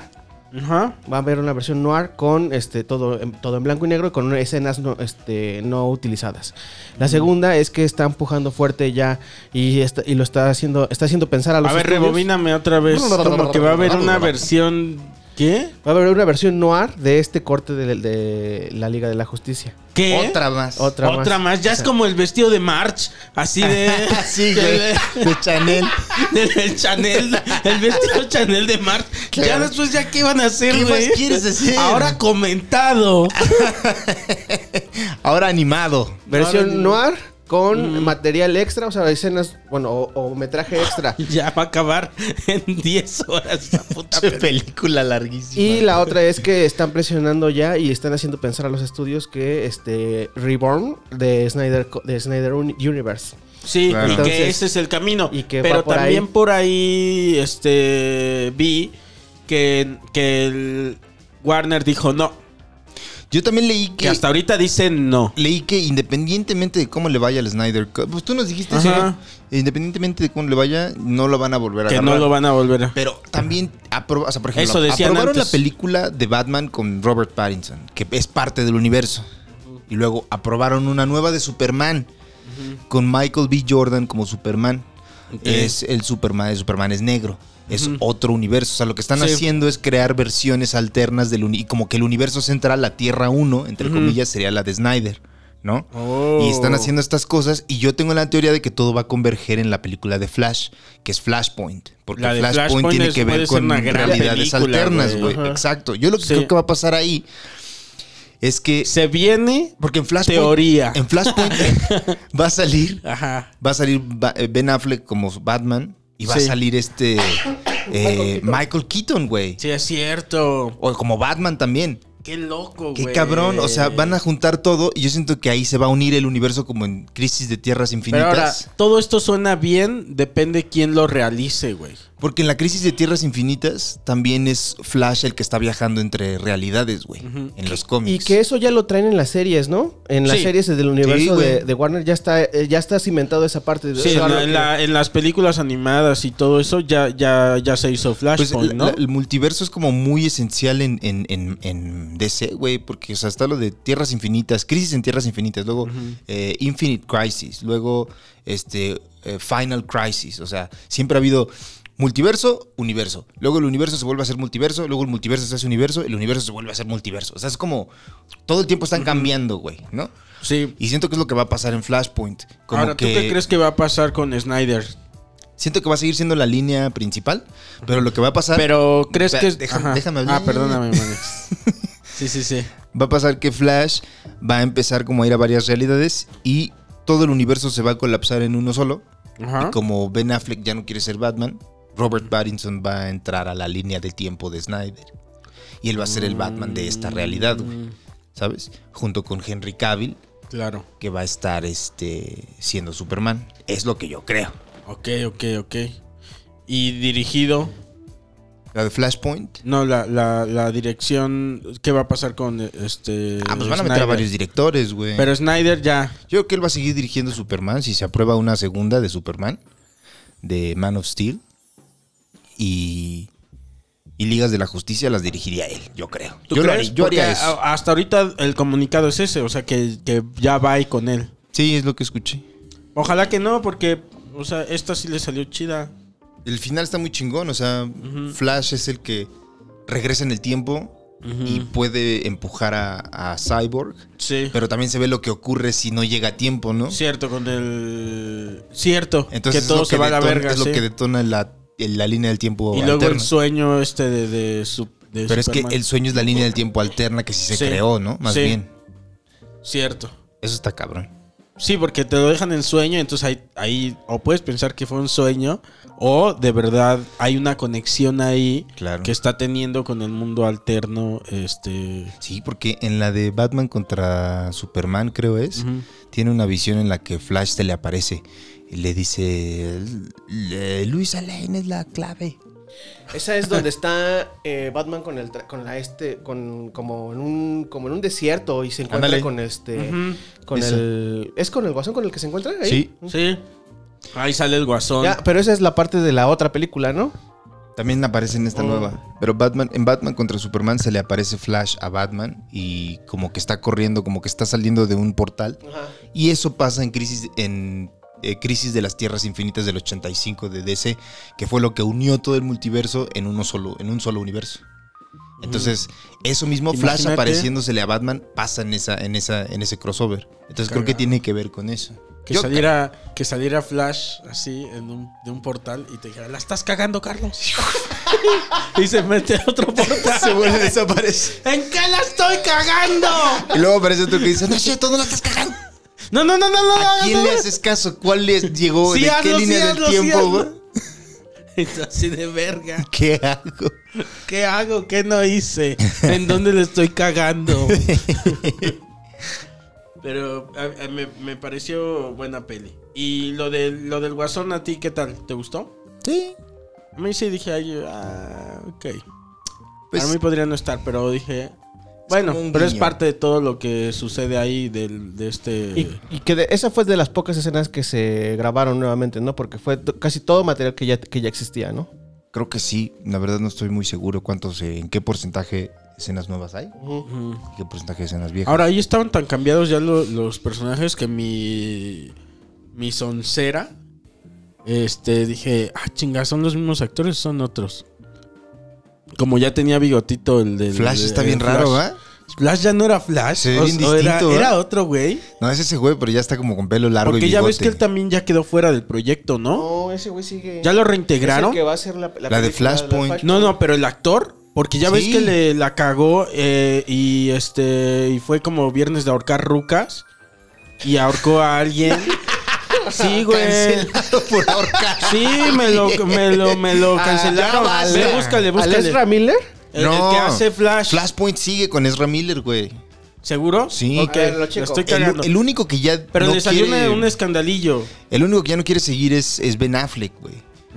[SPEAKER 6] Ajá.
[SPEAKER 8] Va a haber una versión noir con este todo en, todo en blanco y negro y con escenas no, este, no utilizadas. La segunda es que está empujando fuerte ya y, está- y lo está haciendo está haciendo pensar a los
[SPEAKER 6] A ver,
[SPEAKER 8] estudios.
[SPEAKER 6] rebobíname otra vez. Como que va a haber una versión. ¿Qué?
[SPEAKER 8] Va a haber una versión noir de este corte de, de la Liga de la Justicia.
[SPEAKER 6] ¿Qué?
[SPEAKER 7] Otra más.
[SPEAKER 8] Otra.
[SPEAKER 6] Otra, más. Ya es como el vestido de March. Así de.
[SPEAKER 7] Sí,
[SPEAKER 6] que
[SPEAKER 7] güey.
[SPEAKER 6] le-
[SPEAKER 7] De Chanel.
[SPEAKER 6] El, el Chanel, el vestido Chanel de March. Ya
[SPEAKER 7] Claro.
[SPEAKER 6] después, ¿ya qué van a hacer,
[SPEAKER 7] ¿Qué más
[SPEAKER 6] güey?
[SPEAKER 7] quieres decir?
[SPEAKER 6] Ahora comentado.
[SPEAKER 7] Ahora animado.
[SPEAKER 8] Versión noir con
[SPEAKER 6] Mm.
[SPEAKER 8] material extra, o sea, escenas, bueno, o, o metraje extra.
[SPEAKER 6] Ya va a acabar en 10 horas esta puta
[SPEAKER 7] Una película larguísima.
[SPEAKER 8] Y la otra es que están presionando ya y están haciendo pensar a los estudios que este Reborn de Snyder Co- de Snyder Uni- Universe.
[SPEAKER 6] Sí,
[SPEAKER 7] Claro.
[SPEAKER 6] y que
[SPEAKER 8] Entonces-
[SPEAKER 6] ese es el camino.
[SPEAKER 8] y que
[SPEAKER 6] Pero
[SPEAKER 8] va por
[SPEAKER 6] también
[SPEAKER 8] ahí.
[SPEAKER 6] por ahí este vi que, que el Warner dijo no.
[SPEAKER 7] Yo también leí
[SPEAKER 6] Que hasta ahorita dicen no.
[SPEAKER 7] Leí que independientemente de cómo le vaya al Snyder Cut, pues tú nos dijiste eso,
[SPEAKER 6] Ajá.
[SPEAKER 7] ¿no? independientemente de cómo le vaya, no lo van a volver a
[SPEAKER 6] Que
[SPEAKER 7] agarrar.
[SPEAKER 6] no lo van a volver a.
[SPEAKER 7] Pero también, apro- o sea, por ejemplo,
[SPEAKER 6] Eso decían
[SPEAKER 7] aprobaron
[SPEAKER 6] antes.
[SPEAKER 7] la película de Batman con Robert Pattinson, que es parte del universo. Y luego aprobaron una nueva de Superman con Michael B. Jordan como Superman. Es el Superman de Superman es negro. Es otro universo. O sea, lo que están
[SPEAKER 6] Sí.
[SPEAKER 7] haciendo es crear versiones alternas del universo. Y como que el universo central, la Tierra 1, entre comillas, sería la de Snyder, ¿no?
[SPEAKER 6] Oh.
[SPEAKER 7] Y están haciendo estas cosas. Y yo tengo la teoría de que todo va a converger en la película de Flash, que es Flashpoint. Porque
[SPEAKER 6] La de
[SPEAKER 7] Flashpoint,
[SPEAKER 6] Flashpoint
[SPEAKER 7] tiene
[SPEAKER 6] es-
[SPEAKER 7] que
[SPEAKER 6] puede
[SPEAKER 7] ver
[SPEAKER 6] ser
[SPEAKER 7] con
[SPEAKER 6] una gran
[SPEAKER 7] realidades
[SPEAKER 6] película,
[SPEAKER 7] alternas,
[SPEAKER 6] güey.
[SPEAKER 7] güey.
[SPEAKER 6] Ajá.
[SPEAKER 7] Exacto. Yo lo que
[SPEAKER 6] Sí.
[SPEAKER 7] creo que va a pasar ahí es que.
[SPEAKER 6] Se viene.
[SPEAKER 7] Porque en Flashpoint.
[SPEAKER 6] Teoría.
[SPEAKER 7] En Flashpoint va a salir.
[SPEAKER 6] Ajá.
[SPEAKER 7] Va a salir Ba- eh, Ben Affleck como Batman. Y va
[SPEAKER 6] Sí.
[SPEAKER 7] a salir este. eh, Michael Keaton, güey.
[SPEAKER 6] Sí, es cierto.
[SPEAKER 7] O como Batman también.
[SPEAKER 6] Qué loco,
[SPEAKER 7] Qué
[SPEAKER 6] güey.
[SPEAKER 7] cabrón. O sea, van a juntar todo. Y yo siento que ahí se va a unir el universo como en Crisis de Tierras
[SPEAKER 6] Pero
[SPEAKER 7] Infinitas.
[SPEAKER 6] ahora, todo esto suena bien, depende quién lo realice, güey.
[SPEAKER 7] Porque en la crisis de Tierras Infinitas también es Flash el que está viajando entre realidades, güey. En los
[SPEAKER 8] Y
[SPEAKER 7] cómics.
[SPEAKER 8] que eso ya lo traen en las series, ¿no? En las
[SPEAKER 6] Sí.
[SPEAKER 8] series del universo
[SPEAKER 7] güey.
[SPEAKER 8] de, de Warner ya está eh, ya está cimentado esa parte de
[SPEAKER 6] Sí,
[SPEAKER 8] o sea,
[SPEAKER 6] en,
[SPEAKER 8] lo
[SPEAKER 6] la- en
[SPEAKER 8] que-
[SPEAKER 6] la- en las películas animadas y todo eso ya, ya, ya se hizo
[SPEAKER 7] Pues,
[SPEAKER 6] Flashpoint,
[SPEAKER 7] la-
[SPEAKER 6] ¿no?
[SPEAKER 7] la- el multiverso es como muy esencial en, en- en- en DC, güey, porque o sea, está lo de Tierras Infinitas, Crisis en Tierras Infinitas, luego eh, Infinite Crisis, luego este eh, Final Crisis, o sea, siempre ha habido multiverso, universo, luego el universo se vuelve a ser multiverso, luego el multiverso se hace universo, el universo se vuelve a ser multiverso, o sea, es como todo el tiempo están cambiando, güey, ¿no?
[SPEAKER 6] sí.
[SPEAKER 7] Y siento que es lo que va a pasar en Flashpoint. Como
[SPEAKER 6] Ahora,
[SPEAKER 7] que
[SPEAKER 6] ¿tú qué crees que va a pasar con Snyder?
[SPEAKER 7] Siento que va a seguir siendo la línea principal, pero lo que va a pasar.
[SPEAKER 6] Pero crees
[SPEAKER 7] Espera,
[SPEAKER 6] que es-
[SPEAKER 7] déjame-
[SPEAKER 6] Ajá.
[SPEAKER 7] déjame hablar.
[SPEAKER 6] Ah, perdóname, Manuel. Sí, sí, sí.
[SPEAKER 7] Va a pasar que Flash va a empezar como a ir a varias realidades y todo el universo se va a colapsar en uno solo.
[SPEAKER 6] Ajá.
[SPEAKER 7] Y como Ben Affleck ya no quiere ser Batman, Robert Pattinson va a entrar a la línea de tiempo de Snyder. Y él va a ser el Batman de
[SPEAKER 6] Mm.
[SPEAKER 7] esta realidad, güey. ¿Sabes? Junto con Henry Cavill,
[SPEAKER 6] Claro.
[SPEAKER 7] que va a estar este, siendo Superman. Es lo que yo creo.
[SPEAKER 6] Ok, ok, ok. Y dirigido.
[SPEAKER 7] La de Flashpoint.
[SPEAKER 6] No, la, la, la dirección. ¿Qué va a pasar con eh, este.
[SPEAKER 7] Ah, pues van a meter a
[SPEAKER 6] Snyder?
[SPEAKER 7] varios directores, güey.
[SPEAKER 6] Pero Snyder ya.
[SPEAKER 7] Yo creo que él va a seguir dirigiendo Superman si se aprueba una segunda de Superman, de Man of Steel. Y, y Ligas de la Justicia las dirigiría él, yo creo.
[SPEAKER 6] ¿Tú
[SPEAKER 7] Yo, lo
[SPEAKER 6] crees? ah,
[SPEAKER 7] haría, yo
[SPEAKER 6] Porque
[SPEAKER 7] haría eso.
[SPEAKER 6] a- Hasta ahorita el comunicado es ese, o sea que, que ya va ahí con él.
[SPEAKER 7] Sí, es lo que escuché.
[SPEAKER 6] Ojalá que no, porque, o sea, esta sí le salió chida.
[SPEAKER 7] El final está muy chingón, o sea, Flash es el que regresa en el tiempo y puede empujar a, a Cyborg.
[SPEAKER 6] Sí.
[SPEAKER 7] Pero también se ve lo que ocurre si no llega a tiempo, ¿no?
[SPEAKER 6] Cierto, con el. Cierto.
[SPEAKER 7] Entonces
[SPEAKER 6] que
[SPEAKER 7] es
[SPEAKER 6] todo
[SPEAKER 7] lo
[SPEAKER 6] se va a la
[SPEAKER 7] detona-
[SPEAKER 6] verga.
[SPEAKER 7] Es lo
[SPEAKER 6] sí.
[SPEAKER 7] que detona la, la línea del tiempo
[SPEAKER 6] y luego
[SPEAKER 7] alterna.
[SPEAKER 6] el sueño este de. de su- de
[SPEAKER 7] Pero es que
[SPEAKER 6] Superman.
[SPEAKER 7] el sueño es la línea del tiempo alterna que sí se
[SPEAKER 6] Sí.
[SPEAKER 7] creó, ¿no? Más
[SPEAKER 6] Sí.
[SPEAKER 7] bien.
[SPEAKER 6] Cierto.
[SPEAKER 7] Eso está cabrón.
[SPEAKER 6] Sí, porque te lo dejan en sueño, entonces ahí, ahí o puedes pensar que fue un sueño, o de verdad hay una conexión ahí
[SPEAKER 7] Claro.
[SPEAKER 6] que está teniendo con el mundo alterno. Este.
[SPEAKER 7] Sí, porque en la de Batman contra Superman, creo es,
[SPEAKER 6] Ujú.
[SPEAKER 7] tiene una visión en la que Flash se le aparece y le dice, "L- Luisa Lane es la clave.
[SPEAKER 8] Esa es donde está eh, Batman con el tra- con la este con como en un como en un desierto y se encuentra
[SPEAKER 7] Ándale.
[SPEAKER 8] con este
[SPEAKER 6] Ujú.
[SPEAKER 8] con
[SPEAKER 7] Esa.
[SPEAKER 8] el es con el guasón con el que se encuentra ahí.
[SPEAKER 7] Sí.
[SPEAKER 6] Sí. Ahí sale el guasón.
[SPEAKER 8] Ya, pero esa es la parte de la otra película, ¿no?
[SPEAKER 7] También aparece en esta
[SPEAKER 8] Oh.
[SPEAKER 7] nueva. Pero Batman, en Batman contra Superman se le aparece Flash a Batman y como que está corriendo, como que está saliendo de un portal. Y eso pasa en Crisis, en, eh, crisis de las Tierras Infinitas del 85 de DC, que fue lo que unió todo el multiverso en, uno solo, en un solo universo. Entonces, eso mismo, Flash
[SPEAKER 6] Imagínate.
[SPEAKER 7] apareciéndosele a Batman, pasa en, esa, en, esa, en ese crossover. Entonces, creo que
[SPEAKER 6] Cagado.
[SPEAKER 7] tiene que ver con eso.
[SPEAKER 6] Que
[SPEAKER 7] Yo
[SPEAKER 6] saliera, que saliera Flash así en un, de un portal y te dijera, la estás cagando, Carlos. y se mete a otro portal.
[SPEAKER 7] Se vuelve a desaparecer.
[SPEAKER 6] ¿En qué la estoy cagando?
[SPEAKER 7] Y luego aparece otro que dice, no es cierto, no la estás cagando.
[SPEAKER 6] No, no, no, no, no.
[SPEAKER 7] ¿A
[SPEAKER 6] no,
[SPEAKER 7] quién
[SPEAKER 6] no,
[SPEAKER 7] le
[SPEAKER 6] no.
[SPEAKER 7] haces caso? ¿Cuál les llegó?
[SPEAKER 6] Sí,
[SPEAKER 7] ¿De qué
[SPEAKER 6] hazlo, sí,
[SPEAKER 7] línea
[SPEAKER 6] hazlo,
[SPEAKER 7] del
[SPEAKER 6] sí,
[SPEAKER 7] tiempo?
[SPEAKER 6] hazlo.
[SPEAKER 7] güey?
[SPEAKER 6] Es Así de verga.
[SPEAKER 7] ¿Qué hago?
[SPEAKER 6] ¿Qué hago? ¿Qué no hice? ¿En dónde le estoy cagando? Pero a- a- me, me pareció buena peli. Y lo, de, lo del guasón a ti, ¿qué tal? ¿Te gustó?
[SPEAKER 7] Sí.
[SPEAKER 6] A mí sí dije, ay, ah, ok.
[SPEAKER 7] Pues,
[SPEAKER 6] a mí podría no estar, pero dije. Bueno,
[SPEAKER 7] como un
[SPEAKER 6] pero es
[SPEAKER 7] guiño.
[SPEAKER 6] parte de todo lo que sucede ahí del, de este.
[SPEAKER 8] Y, y que de- esa fue de las pocas escenas que se grabaron nuevamente, ¿no? Porque fue to- casi todo material que ya, que ya existía, ¿no?
[SPEAKER 7] creo que sí. La verdad no estoy muy seguro cuántos, eh, en qué porcentaje escenas nuevas hay.
[SPEAKER 6] Ujú.
[SPEAKER 7] y qué porcentaje de escenas viejas.
[SPEAKER 6] Ahora, ahí estaban tan cambiados ya lo- los personajes que mi. Mi soncera. Este, dije, ah, chinga, ¿son los mismos actores o son otros? Como ya tenía bigotito Ah, el del.
[SPEAKER 7] Flash está
[SPEAKER 6] el
[SPEAKER 7] bien
[SPEAKER 6] Flash.
[SPEAKER 7] raro, ¿va?
[SPEAKER 6] Flash ya no era Flash.
[SPEAKER 7] Se ve
[SPEAKER 6] o-
[SPEAKER 7] bien
[SPEAKER 6] o era,
[SPEAKER 7] distinto, ¿eh?
[SPEAKER 6] era otro, güey.
[SPEAKER 7] No, es ese güey, pero ya está como con pelo largo
[SPEAKER 6] Porque
[SPEAKER 7] y
[SPEAKER 6] ya
[SPEAKER 7] bigote.
[SPEAKER 6] ves que él también ya quedó fuera del proyecto, ¿no?
[SPEAKER 8] ese güey sigue.
[SPEAKER 6] ¿Ya lo reintegraron?
[SPEAKER 8] va a ser
[SPEAKER 7] La
[SPEAKER 8] la,
[SPEAKER 7] de película, la de Flashpoint.
[SPEAKER 6] No, no, pero el actor, porque ya ves
[SPEAKER 7] Sí.
[SPEAKER 6] que le la cagó eh, y este y fue como viernes de ahorcar rucas y ahorcó a alguien. Sí, güey.
[SPEAKER 7] Cancelado por ahorcar.
[SPEAKER 6] Sí, me lo, me lo, me lo
[SPEAKER 7] Ah,
[SPEAKER 6] cancelaron.
[SPEAKER 7] ya vale.
[SPEAKER 6] Ve, búscale, búscale.
[SPEAKER 8] ¿Al Ezra Miller?
[SPEAKER 6] El, el que hace Flash.
[SPEAKER 7] Flashpoint sigue con Ezra Miller, güey.
[SPEAKER 6] ¿Seguro?
[SPEAKER 7] Sí.
[SPEAKER 6] Ok,
[SPEAKER 8] A ver, lo
[SPEAKER 6] lo
[SPEAKER 8] checo.
[SPEAKER 6] estoy
[SPEAKER 7] El,
[SPEAKER 6] cagando.
[SPEAKER 7] el único que ya
[SPEAKER 6] pero
[SPEAKER 7] no
[SPEAKER 6] le salió una-
[SPEAKER 7] quiere-
[SPEAKER 6] un escandalillo.
[SPEAKER 7] El único que ya no quiere seguir es, es Ben Affleck, güey.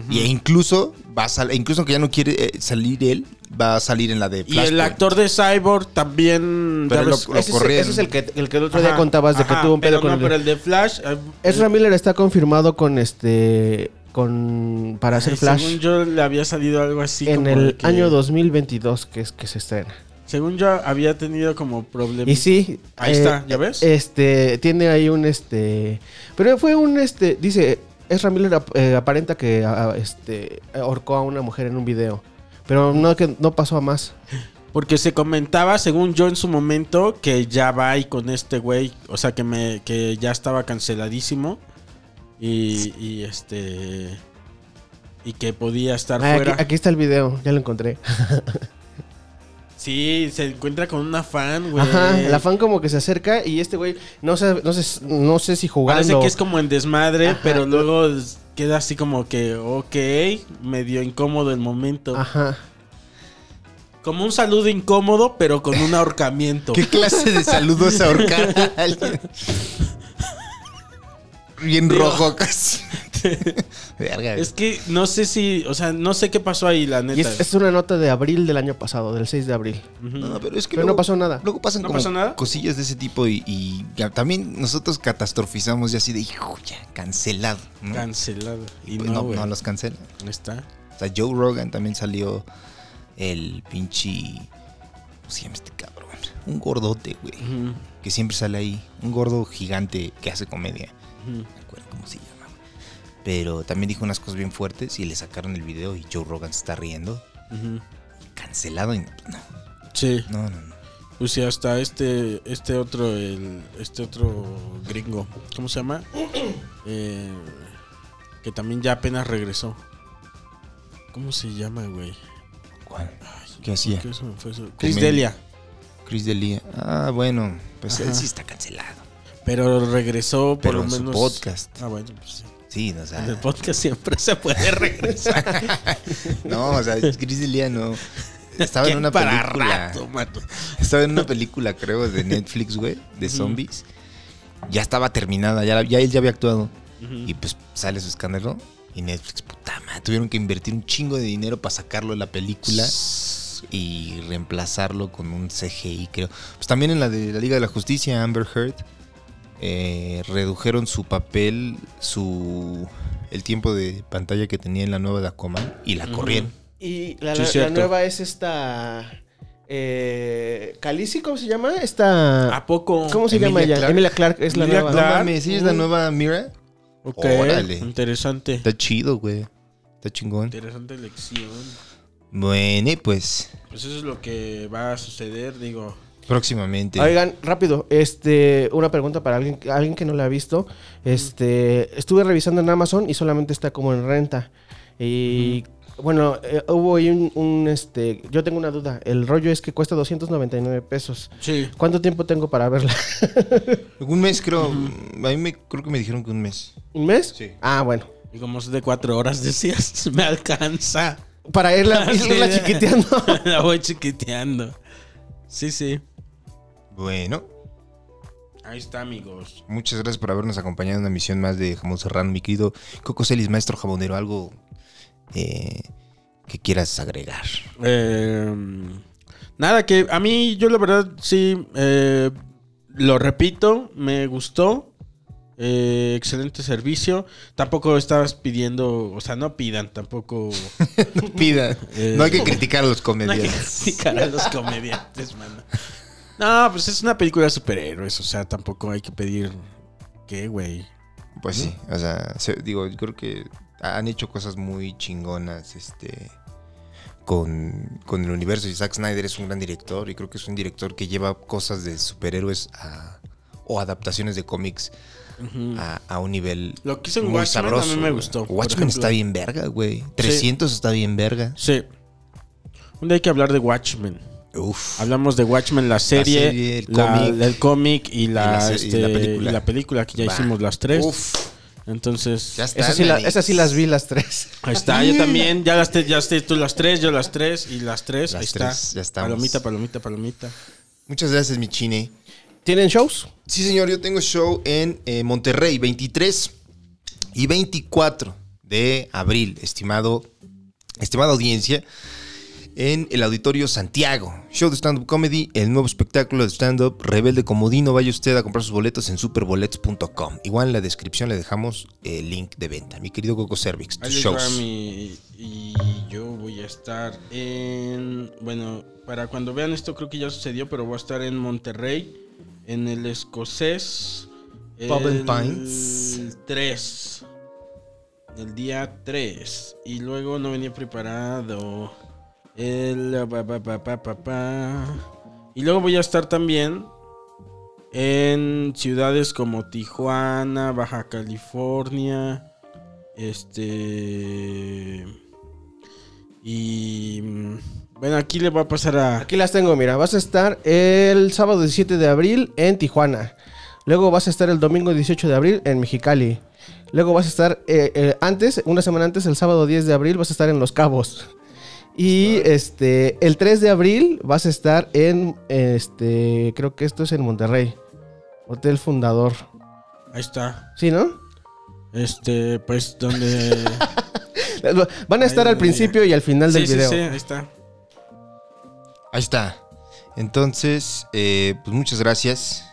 [SPEAKER 7] Y incluso va a sal- incluso que ya no quiere eh, salir él, va a salir en la de
[SPEAKER 6] Y el
[SPEAKER 7] Flashpoint.
[SPEAKER 6] actor de Cyborg también.
[SPEAKER 7] Pero
[SPEAKER 6] ya
[SPEAKER 7] lo-
[SPEAKER 6] ves-
[SPEAKER 7] lo
[SPEAKER 8] ese, es,
[SPEAKER 7] corrieron.
[SPEAKER 8] ese es el que, el que el otro día
[SPEAKER 6] Ajá,
[SPEAKER 8] contabas de que
[SPEAKER 6] ajá,
[SPEAKER 8] tuvo un pedo
[SPEAKER 6] pero
[SPEAKER 8] con
[SPEAKER 6] no,
[SPEAKER 8] el-
[SPEAKER 6] Pero el de Flash. eh,
[SPEAKER 8] Ezra Miller está confirmado con este. con para hacer
[SPEAKER 6] Ay,
[SPEAKER 8] Flash
[SPEAKER 6] Según yo le había salido algo así.
[SPEAKER 8] en
[SPEAKER 6] como
[SPEAKER 8] el
[SPEAKER 6] de que-
[SPEAKER 8] año 2022 que es que se estrena.
[SPEAKER 6] Según yo había tenido como problemas.
[SPEAKER 8] Y sí,
[SPEAKER 6] Em, Ahí
[SPEAKER 8] eh,
[SPEAKER 6] está, ¿ya ves?
[SPEAKER 8] Este tiene ahí un este, pero fue un este, dice Ezra Miller ap- eh, aparenta que a- a- este ahorcó a una mujer en un video, pero no que no pasó a más.
[SPEAKER 6] Porque se comentaba, según yo en su momento, que ya va ahí con este güey. O sea, que, me, que ya estaba canceladísimo. Y, y este... Y que podía estar
[SPEAKER 8] Ah, aquí,
[SPEAKER 6] fuera.
[SPEAKER 8] aquí está el video, ya lo encontré.
[SPEAKER 6] Sí, se encuentra con una fan, güey.
[SPEAKER 8] Ajá, la fan como que se acerca y este güey no sé no sé no sé si jugando.
[SPEAKER 6] Parece que es como en desmadre,
[SPEAKER 8] Ajá.
[SPEAKER 6] pero luego s- queda así como que, ok, medio incómodo el momento.
[SPEAKER 8] Ajá.
[SPEAKER 6] Como un saludo incómodo, pero con un ahorcamiento.
[SPEAKER 7] ¿Qué clase de saludo es ahorcar a alguien? Bien rojo casi.
[SPEAKER 6] este,
[SPEAKER 7] Verga, güey.
[SPEAKER 6] Es que no sé si, o sea, no sé qué pasó ahí, la neta.
[SPEAKER 8] Y es, es una nota de abril del año pasado, del 6 de abril.
[SPEAKER 6] Ujú.
[SPEAKER 7] No, no, pero es que
[SPEAKER 8] Pero no
[SPEAKER 7] luego-
[SPEAKER 8] pasó nada.
[SPEAKER 7] Luego pasan
[SPEAKER 6] ¿No
[SPEAKER 7] como
[SPEAKER 6] pasó nada?
[SPEAKER 7] cosillas de ese tipo y, y ya también nosotros catastrofizamos y así de, hijo, ya, cancelado. ¿no?
[SPEAKER 6] Cancelado. Y
[SPEAKER 7] Pues
[SPEAKER 6] no,
[SPEAKER 7] no,
[SPEAKER 6] güey.
[SPEAKER 7] no los cancelan.
[SPEAKER 6] Está.
[SPEAKER 7] O sea, Joe Rogan también salió el pinche... ¿Cómo se llama este cabrón? Un gordote, güey.
[SPEAKER 6] Ujú,
[SPEAKER 7] Que siempre sale ahí. Un gordo gigante que hace comedia.
[SPEAKER 6] ujú.
[SPEAKER 7] No me acuerdo cómo se llama. güey. Pero también dijo unas cosas bien fuertes y le sacaron el video y Joe Rogan se está riendo.
[SPEAKER 6] Ujú.
[SPEAKER 7] Cancelado y no,
[SPEAKER 6] Sí,
[SPEAKER 7] no, no. no.
[SPEAKER 6] pues sí, hasta este, este otro, el, este otro gringo, ¿cómo se llama? Eh, que también ya apenas regresó. ¿Cómo se llama, güey?
[SPEAKER 7] ¿Cuál?
[SPEAKER 6] Ay,
[SPEAKER 7] ¿Qué hacía?
[SPEAKER 6] ¿por qué se me fue eso? Chris
[SPEAKER 7] Comedia.
[SPEAKER 6] Delia.
[SPEAKER 7] Chris Delia. Ah, bueno, pues él
[SPEAKER 6] Ajá.
[SPEAKER 7] sí está cancelado.
[SPEAKER 6] Pero regresó por
[SPEAKER 7] Pero
[SPEAKER 6] lo
[SPEAKER 7] en su
[SPEAKER 6] menos.
[SPEAKER 7] podcast.
[SPEAKER 6] Ah, bueno, pues sí.
[SPEAKER 7] Sí, no, o sea,
[SPEAKER 6] En el podcast siempre se puede regresar.
[SPEAKER 7] no, o sea, Chris Delia no. Estaba en
[SPEAKER 6] ¿Quién
[SPEAKER 7] una
[SPEAKER 6] para
[SPEAKER 7] película.
[SPEAKER 6] rato, mano?
[SPEAKER 7] Estaba en una película, creo, de Netflix, güey, de zombies. Ya estaba terminada, ya, la- ya él ya había actuado. Y pues sale su escándalo. Y Netflix, puta madre, tuvieron que invertir un chingo de dinero para sacarlo de la película y reemplazarlo con un CGI, creo. Pues también en la de la Liga de la Justicia, Amber Heard, eh, redujeron su papel, su el tiempo de pantalla que tenía en la nueva de Aquaman y la corrieron.
[SPEAKER 8] Y
[SPEAKER 6] Sí,
[SPEAKER 8] la, la- la
[SPEAKER 6] cierto.
[SPEAKER 8] nueva es esta. Eh, ¿Calici? ¿Cómo se llama? Esta.
[SPEAKER 6] ¿A poco?
[SPEAKER 8] ¿Cómo se
[SPEAKER 7] Emilia
[SPEAKER 8] llama ella?
[SPEAKER 7] Clarke.
[SPEAKER 8] Emilia Clark es la
[SPEAKER 6] Ah, Emilia
[SPEAKER 8] nueva.
[SPEAKER 7] No
[SPEAKER 6] Clarke.
[SPEAKER 7] mames, ¿sí es la nueva Mira?
[SPEAKER 6] Ok,
[SPEAKER 7] Órale.
[SPEAKER 6] interesante.
[SPEAKER 7] Está chido, güey. Está chingón.
[SPEAKER 6] Interesante elección.
[SPEAKER 7] Bueno, y pues
[SPEAKER 6] Pues eso es lo que va a suceder, digo.
[SPEAKER 7] próximamente.
[SPEAKER 8] Oigan, rápido, este, una pregunta para alguien, alguien que no la ha visto. Este, estuve revisando en Amazon y solamente está como en renta. Y bueno, eh, hubo ahí un, un, este, yo tengo una duda. El rollo es que cuesta 299 pesos.
[SPEAKER 6] Sí.
[SPEAKER 8] ¿Cuánto tiempo tengo para verla?
[SPEAKER 7] Un mes creo. A mí me, creo que me dijeron que un mes.
[SPEAKER 8] ¿Un mes?
[SPEAKER 7] Sí.
[SPEAKER 8] Ah, bueno.
[SPEAKER 6] Y como es de cuatro horas, decías, me alcanza.
[SPEAKER 8] Para irla,
[SPEAKER 6] Sí.
[SPEAKER 8] irla chiquiteando.
[SPEAKER 6] La voy chiquiteando. Sí, sí.
[SPEAKER 7] Bueno,
[SPEAKER 6] Ahí está, amigos.
[SPEAKER 7] muchas gracias por habernos acompañado en una misión más de Jamón Serrano, mi querido Coco Celis, maestro jabonero. Algo eh, que quieras agregar.
[SPEAKER 6] Eh, nada, que a mí, yo la verdad, sí, eh, lo repito, me gustó. Eh, excelente servicio. Tampoco estabas pidiendo, o sea, no pidan tampoco.
[SPEAKER 7] Pida.
[SPEAKER 6] Eh.
[SPEAKER 7] No hay que criticar a los
[SPEAKER 6] No hay que
[SPEAKER 7] comediantes.
[SPEAKER 6] criticar a los comediantes, mano. No, pues es una película de superhéroes, o sea, tampoco hay que pedir. ¿Qué, güey?
[SPEAKER 7] Pues sí, o sea, se- digo, yo creo que han hecho cosas muy chingonas, este, con, con el universo. Y Zack Snyder es un gran director y creo que es un director que lleva cosas de superhéroes a, o adaptaciones de cómics a, a un nivel
[SPEAKER 6] Lo que hizo en
[SPEAKER 7] muy
[SPEAKER 6] Watchmen
[SPEAKER 7] sabroso.
[SPEAKER 6] también me
[SPEAKER 7] güey.
[SPEAKER 6] gustó, por
[SPEAKER 7] Watchmen
[SPEAKER 6] ejemplo.
[SPEAKER 7] está bien verga, güey. 300 está bien verga.
[SPEAKER 6] Sí. Un día hay que hablar de Watchmen.
[SPEAKER 7] Uf.
[SPEAKER 6] Hablamos de Watchmen, la serie, la-
[SPEAKER 7] serie, el
[SPEAKER 6] el
[SPEAKER 7] cómic.
[SPEAKER 6] cómic y, la,
[SPEAKER 7] la se- y
[SPEAKER 6] este,
[SPEAKER 7] la película.
[SPEAKER 6] y la película, que ya
[SPEAKER 7] Va.
[SPEAKER 6] hicimos las tres.
[SPEAKER 7] Uf.
[SPEAKER 6] Entonces,
[SPEAKER 7] Ya Mm. está,
[SPEAKER 8] Esas sí, la-
[SPEAKER 7] Nanis.
[SPEAKER 8] esas sí las vi las tres.
[SPEAKER 6] ahí está, yo también. Ya las, te- ya te- tú las tres, yo las tres y las tres.
[SPEAKER 7] Las
[SPEAKER 6] ahí
[SPEAKER 7] tres,
[SPEAKER 6] está.
[SPEAKER 7] ya estamos.
[SPEAKER 6] Palomita, palomita, palomita.
[SPEAKER 7] Muchas gracias, mi chine.
[SPEAKER 8] ¿Tienen shows?
[SPEAKER 7] Sí, señor, yo tengo show en eh, Monterrey, 23 y 24 de abril, estimado, estimada audiencia, en el Auditorio Santiago. Show de stand-up comedy, el nuevo espectáculo de stand-up Rebelde Comodino. Vaya usted a comprar sus boletos en superboletos.com. Igual en la descripción le dejamos el link de venta. Mi querido Coco Cervix, tus
[SPEAKER 6] Ahí les va
[SPEAKER 7] shows.
[SPEAKER 6] mi- y yo voy a estar en. Bueno, para cuando vean esto, creo que ya sucedió, pero voy a estar en Monterrey, en el escocés.
[SPEAKER 7] Pub and
[SPEAKER 6] El
[SPEAKER 7] Pints.
[SPEAKER 6] 3. El día 3. Y luego no venía preparado. El. pa, pa, pa, pa, pa, pa. Y luego voy a estar también en ciudades como Tijuana, Baja California. Este. Y. mm, Bueno, aquí le va a pasar a.
[SPEAKER 8] Aquí las tengo, mira. Vas a estar el sábado 17 de abril en Tijuana. Luego vas a estar el domingo 18 de abril en Mexicali. Luego vas a estar eh, eh, antes, una semana antes, el sábado 10 de abril, vas a estar en Los Cabos. Y este, el 3 de abril vas a estar en, este, creo que esto es en Monterrey. Hotel Fundador.
[SPEAKER 6] Ahí está.
[SPEAKER 8] ¿Sí, no?
[SPEAKER 6] Este, pues, donde.
[SPEAKER 8] Van a estar
[SPEAKER 6] Ahí,
[SPEAKER 8] al principio y al final del
[SPEAKER 6] sí, sí,
[SPEAKER 8] video.
[SPEAKER 6] sí, ahí está.
[SPEAKER 7] Ahí está. Entonces, eh, pues muchas gracias.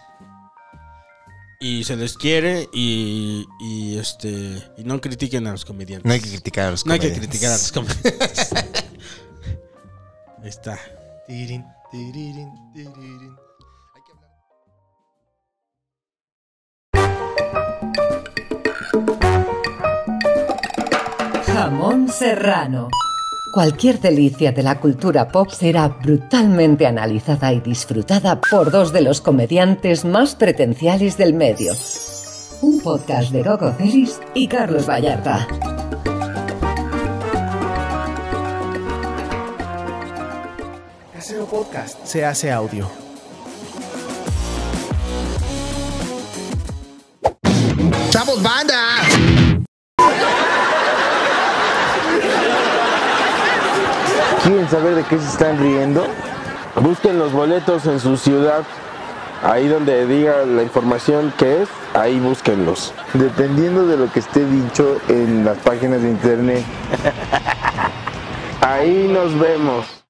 [SPEAKER 6] Y se les quiere y, y este y no critiquen a los comediantes.
[SPEAKER 7] No hay que criticar a los
[SPEAKER 6] No hay que
[SPEAKER 7] comediantes.
[SPEAKER 6] criticar a los comediantes. ahí está.
[SPEAKER 7] Tirin, tiririn, tiririn.
[SPEAKER 5] Jamón serrano. Cualquier delicia de la cultura pop será brutalmente analizada y disfrutada por dos de los comediantes más pretenciales del medio. Un podcast de Coco Celis y Carlos Vallarta.
[SPEAKER 2] Casero Podcast se hace audio.
[SPEAKER 7] ¡Chavos, banda!
[SPEAKER 9] ¿Quieren saber de qué se están riendo? Busquen los boletos en su ciudad. Ahí donde diga la información que es, ahí búsquenlos. Dependiendo de lo que esté dicho en las páginas de internet. Ahí nos vemos.